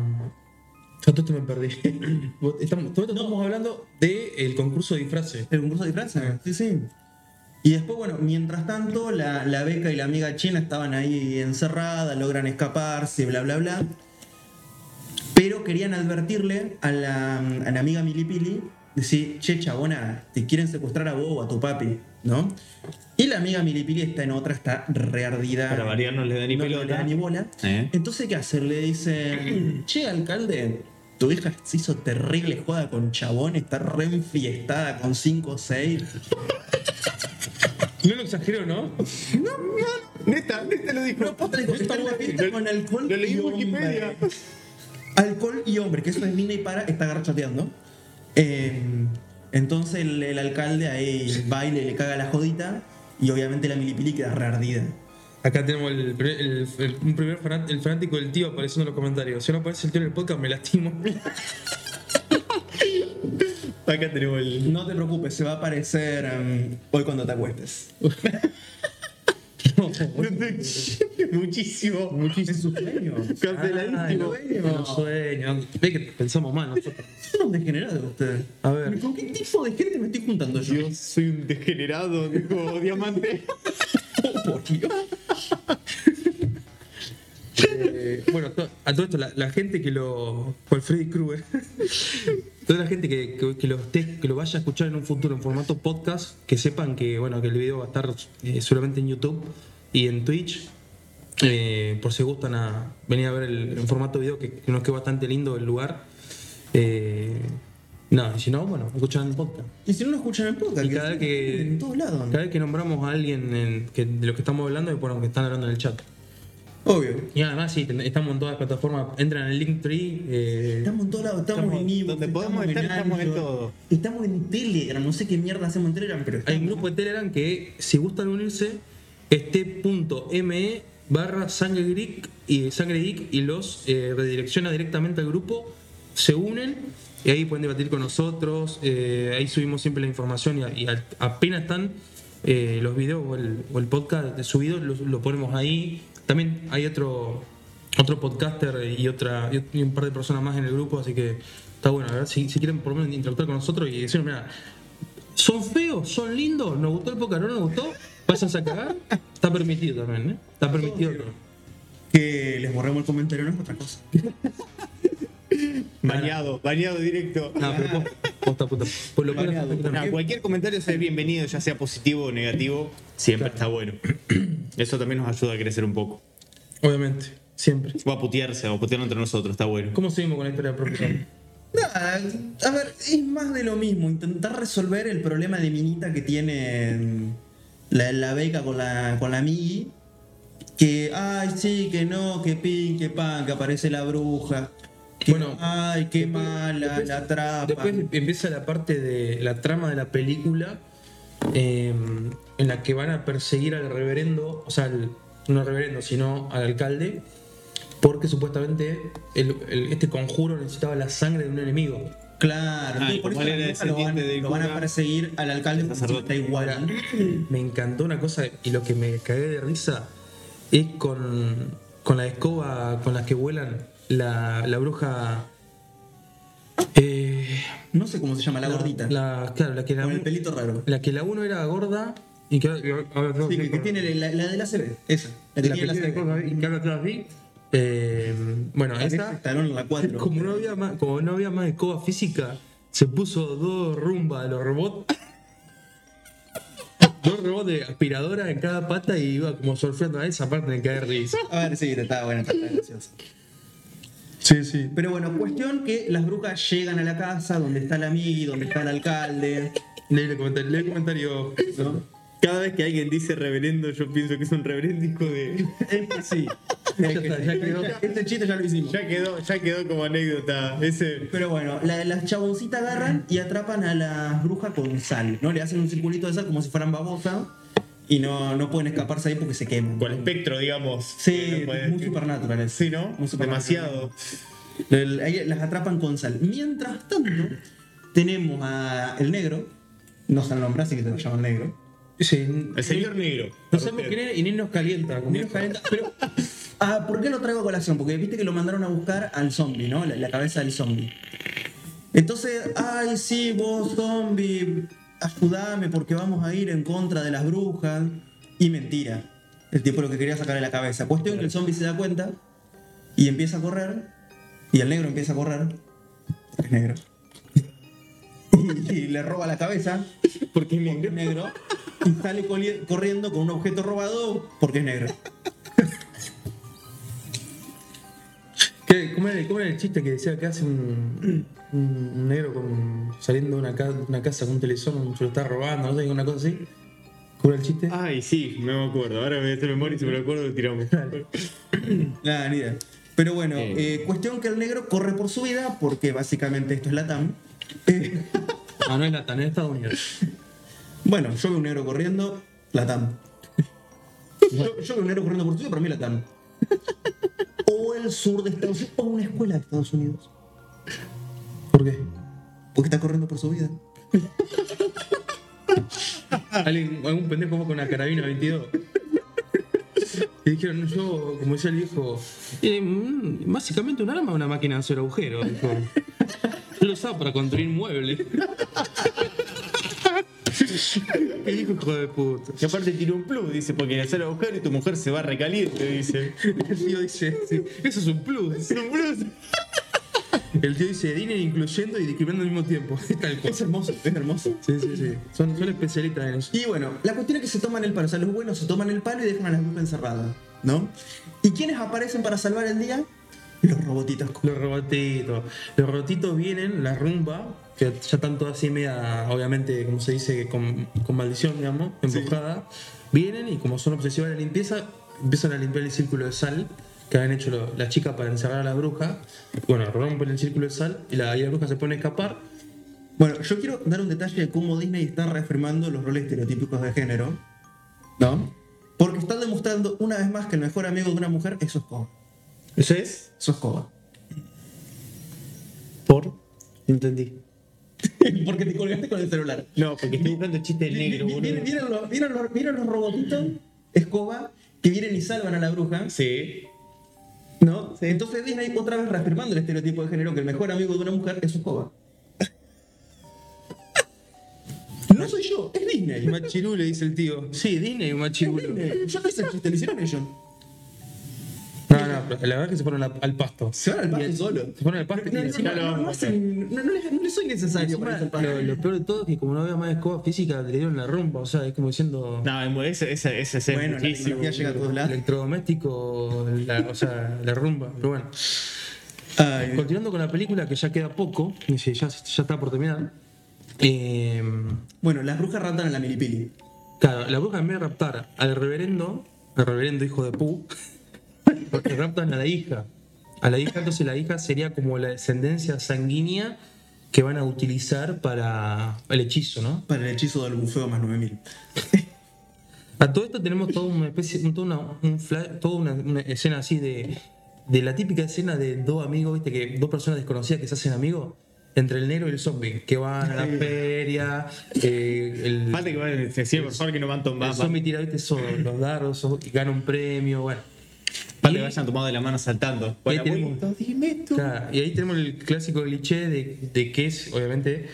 Speaker 2: Ya todo esto me perdí. Vos- Estamos, todo esto estamos hablando del concurso de disfraces.
Speaker 3: El concurso de disfraces. Sí, sí. Y después, bueno, mientras tanto, la, la beca y la amiga china estaban ahí encerradas, logran escaparse, bla, bla, bla. Pero querían advertirle a la, a la amiga Milipili, decir, che, chabona, te quieren secuestrar a vos o a tu papi, ¿no? Y la amiga Milipili está en otra, está reardida.
Speaker 5: Para variar no le da ni
Speaker 3: no,
Speaker 5: pelota.
Speaker 3: le da ni bola.
Speaker 5: Eh.
Speaker 3: Entonces, ¿qué hacer? Le dice, che, alcalde, tu hija se hizo terrible joda con chabón, está re enfiestada con 5 o 6.
Speaker 2: No lo exagero, ¿no?
Speaker 5: Neta, neta lo dijo.
Speaker 3: No, postre, que está en la fiesta con alcohol
Speaker 5: Lo leí
Speaker 3: y
Speaker 5: en
Speaker 3: hombre.
Speaker 5: Wikipedia.
Speaker 3: Alcohol y hombre, que eso es mina y para, está garchoteando. Eh, entonces, el, el alcalde ahí baile, le caga la jodita y obviamente la milipili queda re ardida.
Speaker 2: Acá tenemos el, pre- el- el- un primer fanat- el fanático del tío apareciendo en los comentarios. Si no aparece el tío en el podcast, me lastimo.
Speaker 5: Acá tenemos el.
Speaker 3: No te preocupes, se va a aparecer em, hoy cuando te acuestes.
Speaker 5: Muchísimo. Muchísimo.
Speaker 2: Ay,
Speaker 5: Canceladísimo.
Speaker 2: lo- los sueños. Ve que pensamos mal nosotros.
Speaker 3: Son unos degenerados ustedes.
Speaker 2: A ver.
Speaker 3: ¿Con qué tipo de gente me estoy juntando yo?
Speaker 5: Dios, soy un degenerado, dijo Diamante.
Speaker 3: Oh, Por Dios.
Speaker 2: Eh, bueno, to- a todo esto, la, la gente que lo. Por Freddy Krueger. Toda la gente que, que, que lo esté- que lo vaya a escuchar en un futuro en formato podcast, que sepan que bueno que el video va a estar eh, solamente en YouTube y en Twitch. eh, por si gustan a venir a ver el en formato video, que, que nos quedó bastante lindo el lugar. Eh, no, y si no, bueno, escuchan el podcast.
Speaker 3: Y si no lo escuchan en podcast,
Speaker 2: Y cada vez
Speaker 3: se escuchen
Speaker 2: que,
Speaker 3: en todos lados.
Speaker 2: cada vez que nombramos a alguien en- que- de lo que estamos hablando, es por lo que están hablando en el chat.
Speaker 3: Obvio.
Speaker 2: Y además, sí, ten- estamos en todas las plataformas. Entran en Linktree. Eh,
Speaker 3: Estamos en todos lados, estamos,
Speaker 5: Estamos-
Speaker 3: en vivo.
Speaker 5: donde podemos estar, estamos en todo.
Speaker 3: Estamos en Telegram, no sé qué mierda hacemos en Telegram, pero
Speaker 2: hay
Speaker 3: estamos.
Speaker 2: un grupo de Telegram que, si gustan unirse, este este.me E barra sangre geek y sangre geek y los eh, redirecciona directamente al grupo. Se unen y ahí pueden debatir con nosotros. eh, ahí subimos siempre la información y, a- y a- apenas están eh, los videos o el, o el podcast subido, lo, lo ponemos ahí. También hay otro otro podcaster y otra y un par de personas más en el grupo, así que está bueno, la verdad, si, si quieren por lo menos interactuar con nosotros y decirnos, mira, son feos, son lindos, nos gustó el Pokémon, no nos gustó, pasan a cagar, está permitido también, ¿eh? Está permitido.
Speaker 3: Que les borremos el comentario, no es otra cosa.
Speaker 5: Bañado, bañado directo.
Speaker 2: No, pero posta, posta, puta. Por lo menos-
Speaker 5: No, cualquier comentario es bienvenido, ya sea positivo o negativo, siempre está bueno. Eso también nos ayuda a crecer un poco.
Speaker 2: Obviamente, siempre.
Speaker 5: O a putearse, o a putear entre nosotros, está bueno.
Speaker 2: ¿Cómo seguimos con la historia propia?
Speaker 3: Nada, a ver, es más de lo mismo. Intentar resolver el problema de minita que tiene mm, la, la beca con la, con la Migi. Que, ay, sí, que no, que pin, que pan, que aparece la bruja. Que,
Speaker 2: Bueno,
Speaker 3: ay, qué mala,
Speaker 2: después-
Speaker 3: la trapa.
Speaker 2: Después empieza la parte de la trama de la película eh, en la que van a perseguir al reverendo, o sea, al- no al reverendo, sino al alcalde, porque supuestamente el- el- este conjuro necesitaba la sangre de un enemigo.
Speaker 3: Claro,
Speaker 5: Ah,
Speaker 3: entonces
Speaker 5: y
Speaker 3: por eso
Speaker 5: como él era
Speaker 3: la bruja lo van,
Speaker 5: descendiente del
Speaker 3: lo van a
Speaker 5: cura,
Speaker 3: perseguir al alcalde porque
Speaker 5: sacerdote.
Speaker 3: está igual.
Speaker 2: Me encantó una cosa y lo que me cagué de risa es con, con la escoba con las que vuelan la, la bruja. eh,
Speaker 3: No sé cómo se llama, la, gordita.
Speaker 2: La, claro, la que la
Speaker 3: con el
Speaker 2: mu-
Speaker 3: pelito raro.
Speaker 2: La que la 1 era gorda y que, ahora
Speaker 3: Sí, que, que tiene la, la de la CB. Esa. La que
Speaker 2: la que
Speaker 3: tiene la
Speaker 2: tiene
Speaker 3: CB.
Speaker 2: cosas y que ahora todas así. Eh, bueno, esa,
Speaker 3: Estalón, la 4.
Speaker 2: como no, había más, como no había más escoba física, se puso dos rumbas de los robots. Dos robots de aspiradora en cada pata y iba como surfeando a esa parte de caer risa.
Speaker 3: A ver, sí, está bueno, está gracioso.
Speaker 2: Sí, sí.
Speaker 3: Pero bueno, cuestión que las brujas llegan a la casa donde está la Migi, donde está el alcalde.
Speaker 2: Leí el comentario. Leí el comentario.
Speaker 3: ¿no?
Speaker 5: Cada vez que alguien dice reverendo, yo pienso que es un reverendo hijo de.
Speaker 3: Sí. Ya está, ya quedó. Este chiste ya lo hicimos.
Speaker 5: Ya quedó, ya quedó como anécdota. Ese.
Speaker 3: Pero bueno, la- las chaboncitas agarran y atrapan a la bruja con sal, ¿no? Le hacen un circulito de sal como si fueran babosa y no, no pueden escaparse ahí porque se queman.
Speaker 5: Con espectro, digamos. que
Speaker 3: Sí,
Speaker 5: Eh, no puede-
Speaker 3: muy supernatural.
Speaker 5: Sí, ¿no?
Speaker 3: Muy supernatural.
Speaker 5: Demasiado.
Speaker 3: El- ahí las atrapan con sal. Mientras tanto, tenemos a el negro. No se nombra, así que se lo llama el negro.
Speaker 2: Sí,
Speaker 5: El señor negro.
Speaker 2: no sabemos quién es y ni nos calienta. como-
Speaker 3: Menos calenta, pero. Ah, ¿por qué lo traigo a colación? Porque viste que lo mandaron a buscar al zombie, ¿no? La, la cabeza del zombie. Entonces, ay, sí, vos, zombie, ayudame porque vamos a ir en contra de las brujas. Y mentira. El tipo lo que quería sacarle la cabeza. Cuestión que el zombie se da cuenta y empieza a correr. Y el negro empieza a correr. Es negro. Y, y le roba la cabeza. Porque es negro. Y sale coli- corriendo con un objeto robado porque es negro.
Speaker 2: ¿Qué- cómo, era, el- cómo era el chiste que decía que hace un, un- un negro con- saliendo de una, ca- una casa con un televisor, se lo está robando, no sé, una cosa así? ¿Cómo era el chiste?
Speaker 5: Ay, sí, no me acuerdo. Ahora me voy a hacer memoria y si me lo acuerdo lo tiramos.
Speaker 3: Nada, ni idea. Pero bueno,
Speaker 5: Eh.
Speaker 3: eh, cuestión que el negro corre por su vida, porque básicamente esto es Eh, la TAM.
Speaker 2: Ah, no es Latam, es Estados Unidos.
Speaker 3: Bueno, yo veo un negro corriendo, la TAM. Yo, yo veo un negro corriendo por su vida, para mí la TAM. O el sur de Estados Unidos, o una escuela de Estados Unidos.
Speaker 2: ¿Por qué?
Speaker 3: Porque está corriendo por su vida. Ah.
Speaker 2: ¿Alguien, algún pendejo fue con una carabina 22. Y dijeron, yo, como decía el viejo, "Eh, mm, básicamente un arma es una máquina de hacer agujeros. dijo. Yo lo usaba para construir muebles. ¿Qué dijo, hijo de puta?
Speaker 5: Y aparte tiró un plus, dice, porque le hacer agujero y tu mujer se va recaliente, dice.
Speaker 2: El tío dice, sí, eso es un plus.
Speaker 5: Es un plus.
Speaker 2: El tío dice dinero incluyendo y discriminando al mismo tiempo. Tal cual.
Speaker 3: Es hermoso, es hermoso.
Speaker 2: Sí, sí, sí. Son, son especialistas en eso.
Speaker 3: Y bueno, la cuestión es que se toman el palo. O sea, los buenos se toman el palo y dejan a las brujas encerradas, ¿no? ¿Y quiénes aparecen para salvar el día? Los robotitos.
Speaker 2: Los robotitos. Los robotitos vienen, la rumba, que ya están todas así media, obviamente, como se dice, con, con maldición, digamos, embrujada. Vienen y como son obsesivas de la limpieza, empiezan a limpiar el círculo de sal que habían hecho lo- las chicas para encerrar a la bruja. Bueno, rompen el círculo de sal y la, y la bruja se pone a escapar.
Speaker 3: Bueno, yo quiero dar un detalle de cómo Disney está reafirmando los roles estereotípicos de género, ¿no? Porque están demostrando una vez más que el mejor amigo de una mujer es su escoba.
Speaker 5: ¿Eso es?
Speaker 3: Su escoba.
Speaker 5: ¿Por?
Speaker 2: Entendí.
Speaker 3: Porque te colgaste con el celular.
Speaker 5: No, porque estoy buscando el chiste del negro,
Speaker 3: Vi- vi- Miren,
Speaker 5: boludo.
Speaker 3: miren los, miren los- miren los robotitos, escoba, que vienen y salvan a la bruja,
Speaker 5: Sí.
Speaker 3: ¿no? Entonces Disney otra vez reafirmando el estereotipo de género que el mejor amigo de una mujer es su escoba. No soy yo, es Disney.
Speaker 2: Machirulo, dice el tío. Sí, Disney, un
Speaker 3: Es
Speaker 2: machirulo.
Speaker 3: Disney. Yo Eh, no hice el chiste, lo hicieron ellos.
Speaker 2: No, no, pero la verdad es que se fueron al- al pasto.
Speaker 3: Se van al pasto solo.
Speaker 2: Se fueron al pasto y
Speaker 3: No, no,
Speaker 2: encima-
Speaker 3: no, no, no hacen- no, no les- no les soy necesario para hacer
Speaker 2: Encima,
Speaker 3: pasto.
Speaker 2: lo, lo peor de todo es que como no había más escoba física, le dieron la rumba, o sea, es como diciendo
Speaker 5: No, ese, ese, ese es
Speaker 3: Bueno, la
Speaker 5: muchísimo.
Speaker 3: tecnología llega a todos lados.
Speaker 2: electrodoméstico, la- o sea, la rumba. Pero bueno,
Speaker 3: Ay,
Speaker 2: continuando con la película que ya queda poco, dice, ya, ya está por terminar. eh,
Speaker 3: Bueno, las brujas ratan a la milipili.
Speaker 2: claro, la bruja en vez de raptar al reverendo, al reverendo hijo de Pu, porque raptan a la hija. A la hija, entonces la hija sería como la descendencia sanguínea que van a utilizar para el hechizo, ¿no?
Speaker 3: Para el hechizo del bufeo más 9000.
Speaker 2: A todo esto tenemos toda una especie, un- toda una, un fla- toda una, una escena así de, de la típica escena de dos amigos, viste, que dos personas desconocidas que se hacen amigos, entre el negro y el zombie, que van a la feria, eh, el,
Speaker 5: Falta que van a decir, por favor, que no van
Speaker 2: el
Speaker 5: tomando.
Speaker 2: zombie tira, viste, so- los dardos, so- y gana un premio, bueno.
Speaker 5: Falta que vayan tomado de la mano saltando. Bueno,
Speaker 2: tenemos-
Speaker 5: abuelito, dime tú.
Speaker 2: Claro, y ahí tenemos el clásico cliché de, de que es, obviamente,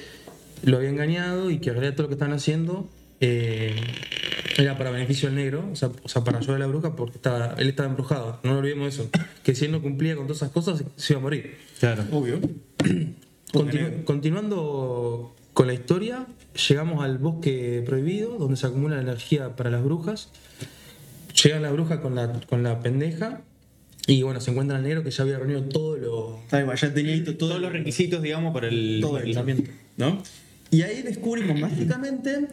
Speaker 2: lo había engañado y que en realidad todo lo que estaban haciendo eh, era para beneficio del negro, o sea, o sea, para ayudar a la bruja porque estaba, él estaba embrujado. No olvidemos eso. Que si él no cumplía con todas esas cosas, se iba a morir.
Speaker 5: Claro.
Speaker 3: Obvio.
Speaker 2: Continu- continuando con la historia, llegamos al bosque prohibido, donde se acumula la energía para las brujas. Llega la bruja con la, con la pendeja y bueno, se encuentra el negro que ya había reunido todo lo...
Speaker 3: Ay, bueno, ya tenía todo,
Speaker 5: Todos los requisitos, digamos, para el
Speaker 3: todo el
Speaker 5: el-
Speaker 3: tratamiento, ¿no? Y ahí descubrimos mágicamente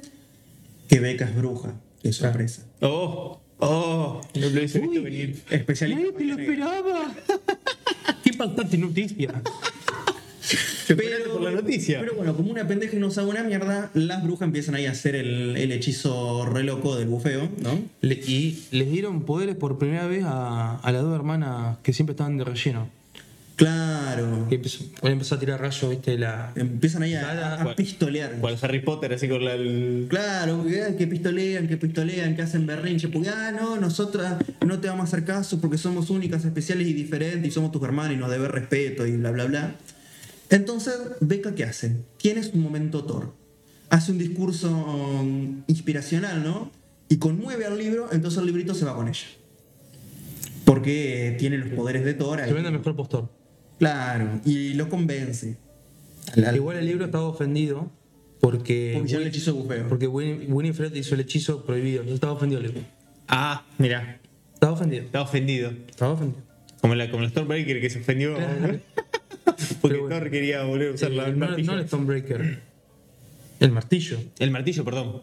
Speaker 3: que Beca es bruja. Qué sorpresa.
Speaker 5: ¡Oh! ¡Oh! No lo hice visto venir.
Speaker 3: Especialista.
Speaker 2: te lo esperaba! ¡Qué impactante noticia!
Speaker 3: Pero,
Speaker 5: por la noticia.
Speaker 3: pero bueno, como una pendeja y no sabe una mierda, las brujas empiezan ahí a hacer el, el hechizo re loco del bufeo, ¿no?
Speaker 2: Le- y les dieron poderes por primera vez a, a las dos hermanas que siempre estaban de relleno.
Speaker 3: Claro.
Speaker 2: Que empezó, una empezó a tirar rayos, viste, la...
Speaker 3: Empiezan ahí a, a- a
Speaker 5: Cual-
Speaker 3: pistolear.
Speaker 5: Cual Harry Potter, así con la. el-
Speaker 3: Claro, porque, ah, que pistolean, que pistolean, que hacen berrinche, porque ah, no, nosotras no te vamos a hacer caso porque somos únicas, especiales y diferentes y somos tus hermanos y nos debes respeto y bla, bla, bla. Entonces, Beca, ¿qué hace? Tiene su momento Thor. Hace un discurso um, inspiracional, ¿no? Y conmueve al libro, entonces el librito se va con ella. Porque eh, tiene los poderes de Thor. ahí.
Speaker 2: Que venda mejor postor.
Speaker 3: Claro, y lo convence. Al- al-
Speaker 2: Igual el libro estaba ofendido porque...
Speaker 3: Porque ya el hechizo bufeo.
Speaker 2: Porque Win- Winifred hizo el hechizo prohibido. Entonces estaba ofendido el libro.
Speaker 5: Ah, mira,
Speaker 2: Estaba ofendido.
Speaker 5: está ofendido.
Speaker 2: Estaba ofendido.
Speaker 5: Como la, como la Stormbreaker que se ofendió.
Speaker 2: Claro.
Speaker 5: Porque
Speaker 2: Pero bueno.
Speaker 5: Thor quería volver a usar la, el
Speaker 2: no,
Speaker 5: martillo.
Speaker 2: no el Stonebreaker. El martillo.
Speaker 5: El martillo, perdón.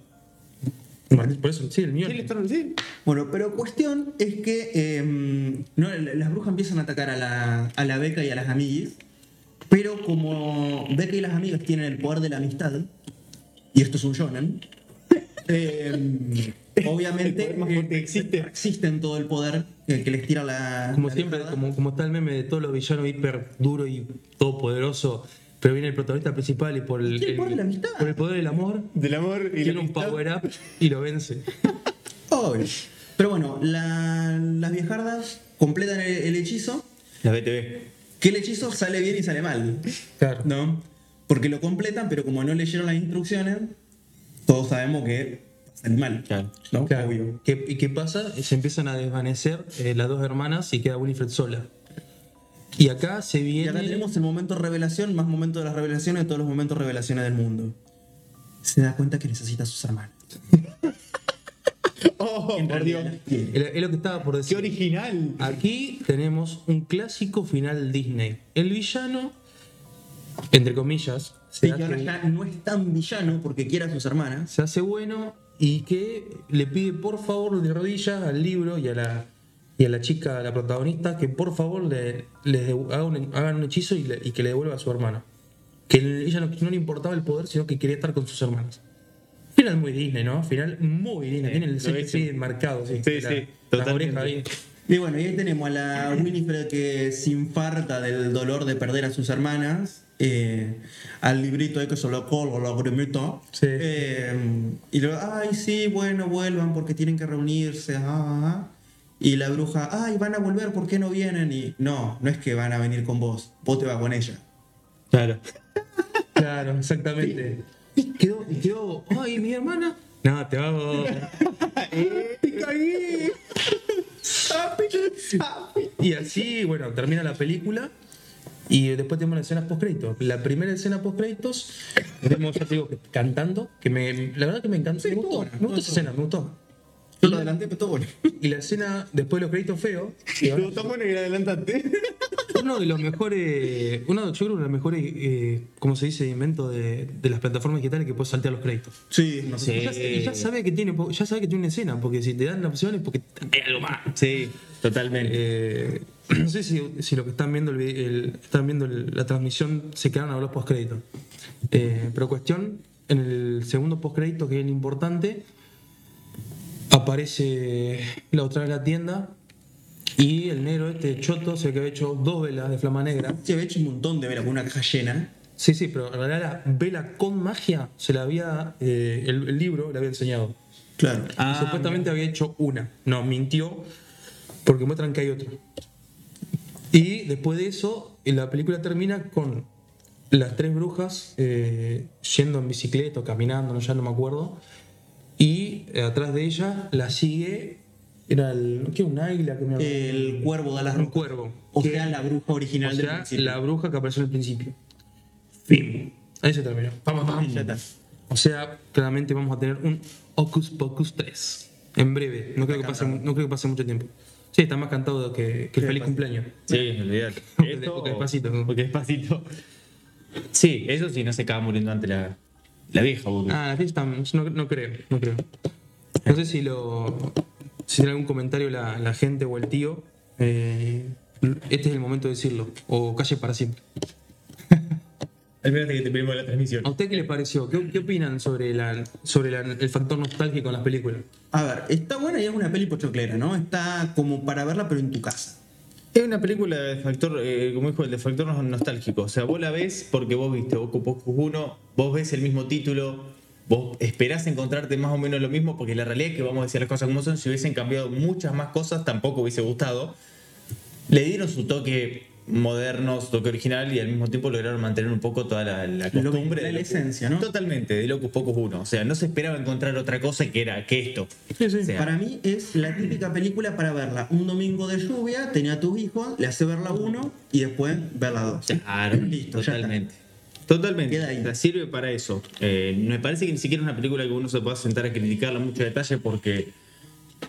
Speaker 2: El martillo, Por eso, sí, el mío.
Speaker 5: Sí, el Storm- sí.
Speaker 3: Bueno, pero cuestión es que eh, no, las brujas empiezan a atacar a la, a la Beca y a las amiguis, pero como Beca y las amigas tienen el poder de la amistad, y esto es un shonen, eh,
Speaker 5: El
Speaker 3: obviamente
Speaker 5: poder más
Speaker 3: eh,
Speaker 5: fuerte que existe.
Speaker 3: existen todo el poder que, que les tira la...
Speaker 2: Como
Speaker 3: la
Speaker 2: siempre,
Speaker 3: viejada.
Speaker 2: como, como está el meme de todos los villanos hiper duro y todopoderoso, pero viene el protagonista principal y por el,
Speaker 3: Tiene el poder de la amistad.
Speaker 2: por el poder del amor
Speaker 5: Del amor y
Speaker 2: tiene
Speaker 5: la
Speaker 2: un
Speaker 5: amistad.
Speaker 2: power up y lo vence.
Speaker 3: Obvio. Pero bueno, la- las viejardas completan el- el hechizo,
Speaker 5: La BTV.
Speaker 3: que el hechizo sale bien y sale mal.
Speaker 2: Claro.
Speaker 3: ¿no? Porque lo completan, pero como no leyeron las instrucciones, todos sabemos que sale mal.
Speaker 5: Claro.
Speaker 3: ¿no?
Speaker 2: Claro.
Speaker 3: Obvio.
Speaker 2: ¿Qué- ¿Y qué pasa? eh, Se empiezan a desvanecer eh, las dos hermanas y queda Winifred sola. Y acá se
Speaker 3: Y
Speaker 2: viene.
Speaker 3: acá tenemos el momento revelación, más momento de las revelaciones de todos los momentos revelaciones del mundo. Se da cuenta que necesita a sus hermanas.
Speaker 5: ¡Oh, por Dios!
Speaker 2: es lo- es lo que estaba por
Speaker 5: ¡Qué
Speaker 2: decir.
Speaker 5: original!
Speaker 2: Aquí tenemos un clásico final Disney. El villano, entre comillas, se,
Speaker 3: Y que ahora
Speaker 2: hace,
Speaker 3: ya no es tan villano porque quiere a sus hermanas.
Speaker 2: se hace bueno y que le pide por favor de rodillas al libro y a la, y a la chica, a la protagonista, que por favor le, les devu- haga un- hagan un hechizo y, le- y que le devuelva a su hermana. Que el- ella no, no le importaba el poder, sino que quería estar con sus hermanas. Final muy Disney, ¿no? Final muy Disney. Tiene el
Speaker 5: lo
Speaker 2: sello
Speaker 5: es, sí.
Speaker 2: así marcado. Sí,
Speaker 5: Sí,
Speaker 2: la,
Speaker 5: sí,
Speaker 2: la
Speaker 5: totalmente.
Speaker 2: oreja ahí.
Speaker 3: Y bueno, y ahí tenemos a la Winifred que se infarta del dolor de perder a sus hermanas. eh, al librito de que se lo colgo, lo gremito.
Speaker 2: Sí.
Speaker 3: Eh, y luego, ay, sí, bueno, vuelvan porque tienen que reunirse. ah, ah, ah". Y la bruja, ay, van a volver, ¿por qué no vienen? Y no, no es que van a venir con vos, vos te vas con ella.
Speaker 5: Claro.
Speaker 2: Claro, exactamente. Quedó, quedó, ay, mi hermana. Ah, No, te hago. Ah, Y así, bueno, termina la película. Y después tenemos las escenas post-créditos. La primera escena post-créditos, vemos, ya te digo, que- cantando. Que me, la verdad que me encantó. me gustó,
Speaker 3: buena,
Speaker 2: me gustó esa escena, me gustó.
Speaker 3: Yo lo adelanté, pero todo bueno.
Speaker 2: Y la escena después de los créditos feos. que ahora-
Speaker 5: Está bueno que la adelantaste.
Speaker 2: uno de los mejores, uno, yo creo, uno de los mejores, eh, ¿cómo se dice?, inventos de, de las plataformas digitales que puedes saltear los créditos.
Speaker 3: Sí, no sé.
Speaker 2: Y ya, y ya sabe que tiene, po- ya sabe que tiene una escena, porque si te dan la opción es porque hay algo más.
Speaker 5: Sí, totalmente.
Speaker 2: Eh, no sé si, si los que están viendo, el, vi- el- están viendo el- la transmisión se quedaron a ver los postcréditos. Eh, pero cuestión, en el segundo postcrédito, que es el importante, aparece la otra de la tienda y el negro este choto se ve que había hecho dos velas de flama negra.
Speaker 3: Se había hecho un montón de veras con una caja llena.
Speaker 2: Sí, sí, pero en realidad la vela con magia se la había, eh, el- el libro le había enseñado.
Speaker 3: Claro.
Speaker 2: Y supuestamente había hecho una. No, mintió porque muestran que hay otra. Y después de eso, la película termina con las tres brujas eh, yendo en bicicleta o caminando, no, ya no me acuerdo. Y eh, atrás de ella la sigue. Era el. ¿Qué? Un águila que me
Speaker 3: El cuervo de las
Speaker 2: Ah. Un
Speaker 3: rocas.
Speaker 2: cuervo.
Speaker 3: Eh, O
Speaker 2: Que-
Speaker 3: sea, la bruja
Speaker 2: o
Speaker 3: original del
Speaker 2: sea,
Speaker 3: principio.
Speaker 2: la bruja que apareció en el principio. Fin. Ahí se terminó. Pam, pam.
Speaker 3: Ya está.
Speaker 2: O sea, claramente vamos a tener un Ocus Pocus 3. En breve. No creo, que pase, no creo que pase mucho tiempo. Sí, está más cantado que, que el feliz cumpleaños.
Speaker 5: Sí, olvidate.
Speaker 2: Porque- porque despacito, ¿no?
Speaker 5: Porque despacito. Sí, eso sí, no se acaba muriendo ante la,
Speaker 6: La vieja, boludo.
Speaker 2: Ah, la fiesta no, no creo, no creo. No sé si lo. Si tiene algún comentario la, la gente o el tío. eh, este es el momento de decirlo. O calle para siempre.
Speaker 4: Espérate que te pedimos la transmisión.
Speaker 2: ¿A usted qué le pareció? ¿Qué, qué opinan sobre, la, sobre la- el factor nostálgico en las películas?
Speaker 3: A ver, está buena y es una peli pochoclera, ¿no? Está como para verla, pero en tu casa.
Speaker 4: Es una película de factor, eh, como dijo el de factor nos- nostálgico. O sea, vos la ves porque vos viste Boku Boku 1, vos ves el mismo título, vos esperás encontrarte más o menos lo mismo, porque la realidad es que vamos a decir las cosas como son. Si hubiesen cambiado muchas más cosas, tampoco hubiese gustado. Le dieron su toque moderno, su toque original y al mismo tiempo lograron mantener un poco toda la, la
Speaker 3: Lo que-
Speaker 4: costumbre.
Speaker 3: la
Speaker 4: de Locus-
Speaker 3: esencia, ¿no?
Speaker 4: Totalmente, de Locus Pocus 1. O sea, no se esperaba encontrar otra cosa que era que esto. O sea,
Speaker 3: Para mí es la típica película para verla. Un domingo de lluvia, tenía a tus hijos, le hace verla uno y después verla dos.
Speaker 4: Claro,
Speaker 3: Listo, ya
Speaker 4: totalmente. Totalmente.
Speaker 3: Queda ahí.
Speaker 4: O sea, sirve para eso. Eh, me parece que ni siquiera es una película que uno se pueda sentar a criticarla mucho detalle porque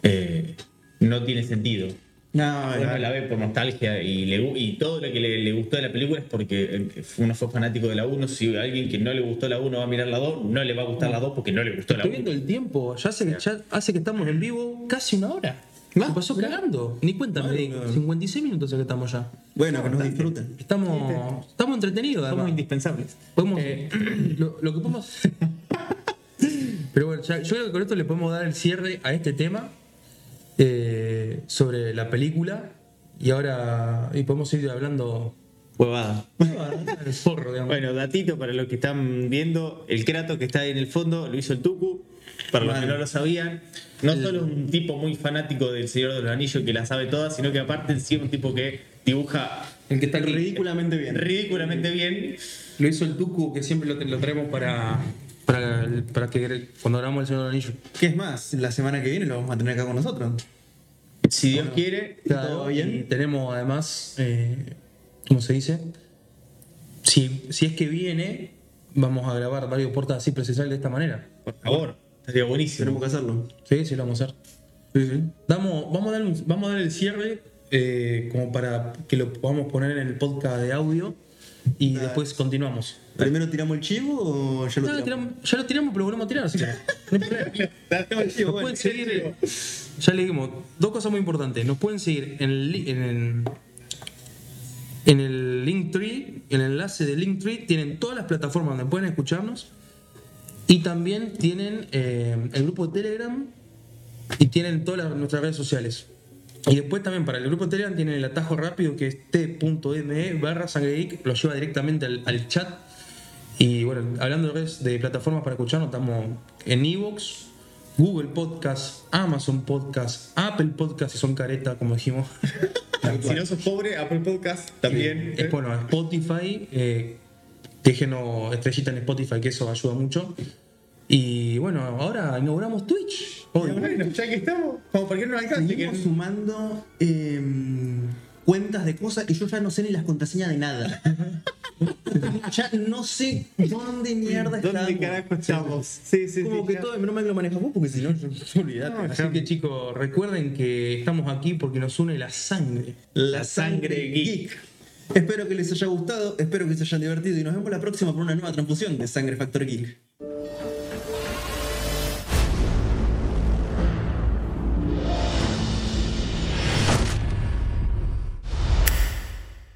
Speaker 4: eh, no tiene sentido.
Speaker 3: No,
Speaker 4: Uno la ve por nostalgia y, le gu- y todo lo que le, le gustó de la película es porque eh, uno fue fanático de la 1. Si alguien que no le gustó la 1 va a mirar la 2, no le va a gustar la 2 porque no le gustó la
Speaker 2: Estoy
Speaker 4: 1.
Speaker 2: viendo el tiempo. Ya hace, que- ya hace que estamos en vivo casi una hora. Me pasó cagando. Ni cuenta me di. 56 minutos ya que estamos ya.
Speaker 3: bueno, que nos disfruten.
Speaker 2: Estamos, estamos eh. entretenidos,
Speaker 4: Somos
Speaker 2: además.
Speaker 4: indispensables.
Speaker 2: Podemos, lo, lo que podemos. Pero bueno, ya- yo creo que con esto le podemos dar el cierre a este tema eh, sobre la película. Y ahora y podemos ir hablando
Speaker 4: Huevada.
Speaker 2: el forro, digamos.
Speaker 4: Bueno, datito para los que están viendo, el Kratos que está ahí en el fondo lo hizo el Tuku, para los que no lo sabían. No solo es un tipo muy fanático del Señor de los Anillos que la sabe toda, sino que aparte sí es un tipo que dibuja
Speaker 2: el que está aquí.
Speaker 3: Ridículamente bien.
Speaker 4: ridículamente bien.
Speaker 2: Lo hizo el Tucu, que siempre lo, lo traemos para, para, el- para que cuando hablamos del Señor del Anillo.
Speaker 3: ¿Qué es más? La semana que viene lo vamos a tener acá con nosotros.
Speaker 4: Si Dios quiere,
Speaker 3: ¿Todo bien?
Speaker 2: y tenemos además, eh, ¿cómo se dice? Si, si es que viene, vamos a grabar varios portas así presencial de esta manera.
Speaker 4: por favor, estaría
Speaker 3: Tenemos
Speaker 4: buenísimo.
Speaker 3: que hacerlo.
Speaker 2: Sí, sí, lo vamos a hacer. Damos, vamos, a dar un- vamos a dar el cierre eh, como para que lo podamos poner en el podcast de audio y después continuamos.
Speaker 3: ¿Primero tiramos el chivo o ya lo
Speaker 2: No,
Speaker 3: tiramos?
Speaker 2: lo tiramos- ya lo tiramos, pero lo volvemos a tirar. así que no hay problema. Nos pueden seguir. eh, Ya le dijimos, dos cosas muy importantes. Nos pueden seguir en el, li- en el, en el Linktree, el enlace de Linktree. Tienen todas las plataformas donde pueden escucharnos. Y también tienen eh, el grupo de Telegram y tienen todas las- nuestras redes sociales. Y después también para el grupo de Telegram tienen el atajo rápido que es t.me e barra sangre geek, lo lleva directamente al, al chat. Y bueno, hablando de, redes- de plataformas para escucharnos, estamos en Evox, Google Podcast, Amazon Podcast, Apple Podcast, si son caretas, como dijimos.
Speaker 4: Si no sos pobre, Apple Podcast también.
Speaker 2: Eh, Es, bueno, Spotify, eh, déjenos estrellita en Spotify, que eso ayuda mucho. Y bueno, ahora inauguramos Twitch. hoy.
Speaker 4: Bueno, ya que estamos, como por qué no alcance.
Speaker 3: Seguimos
Speaker 4: Que...
Speaker 3: sumando em, cuentas de cosas y yo ya no sé ni las contraseñas de nada. ya no sé dónde mierda estamos.
Speaker 4: ¿Dónde carajo estamos? Sí, sí,
Speaker 3: Como
Speaker 4: sí.
Speaker 3: que
Speaker 4: ya.
Speaker 3: todo, menos mal que lo manejas vos porque si no, yo- yo olvidate.
Speaker 2: Así que chicos, recuerden que estamos aquí porque nos une la sangre.
Speaker 4: La sangre geek.
Speaker 3: Espero que les haya gustado, espero que se hayan divertido y nos vemos la próxima por una nueva transfusión de Sangre Factor Geek.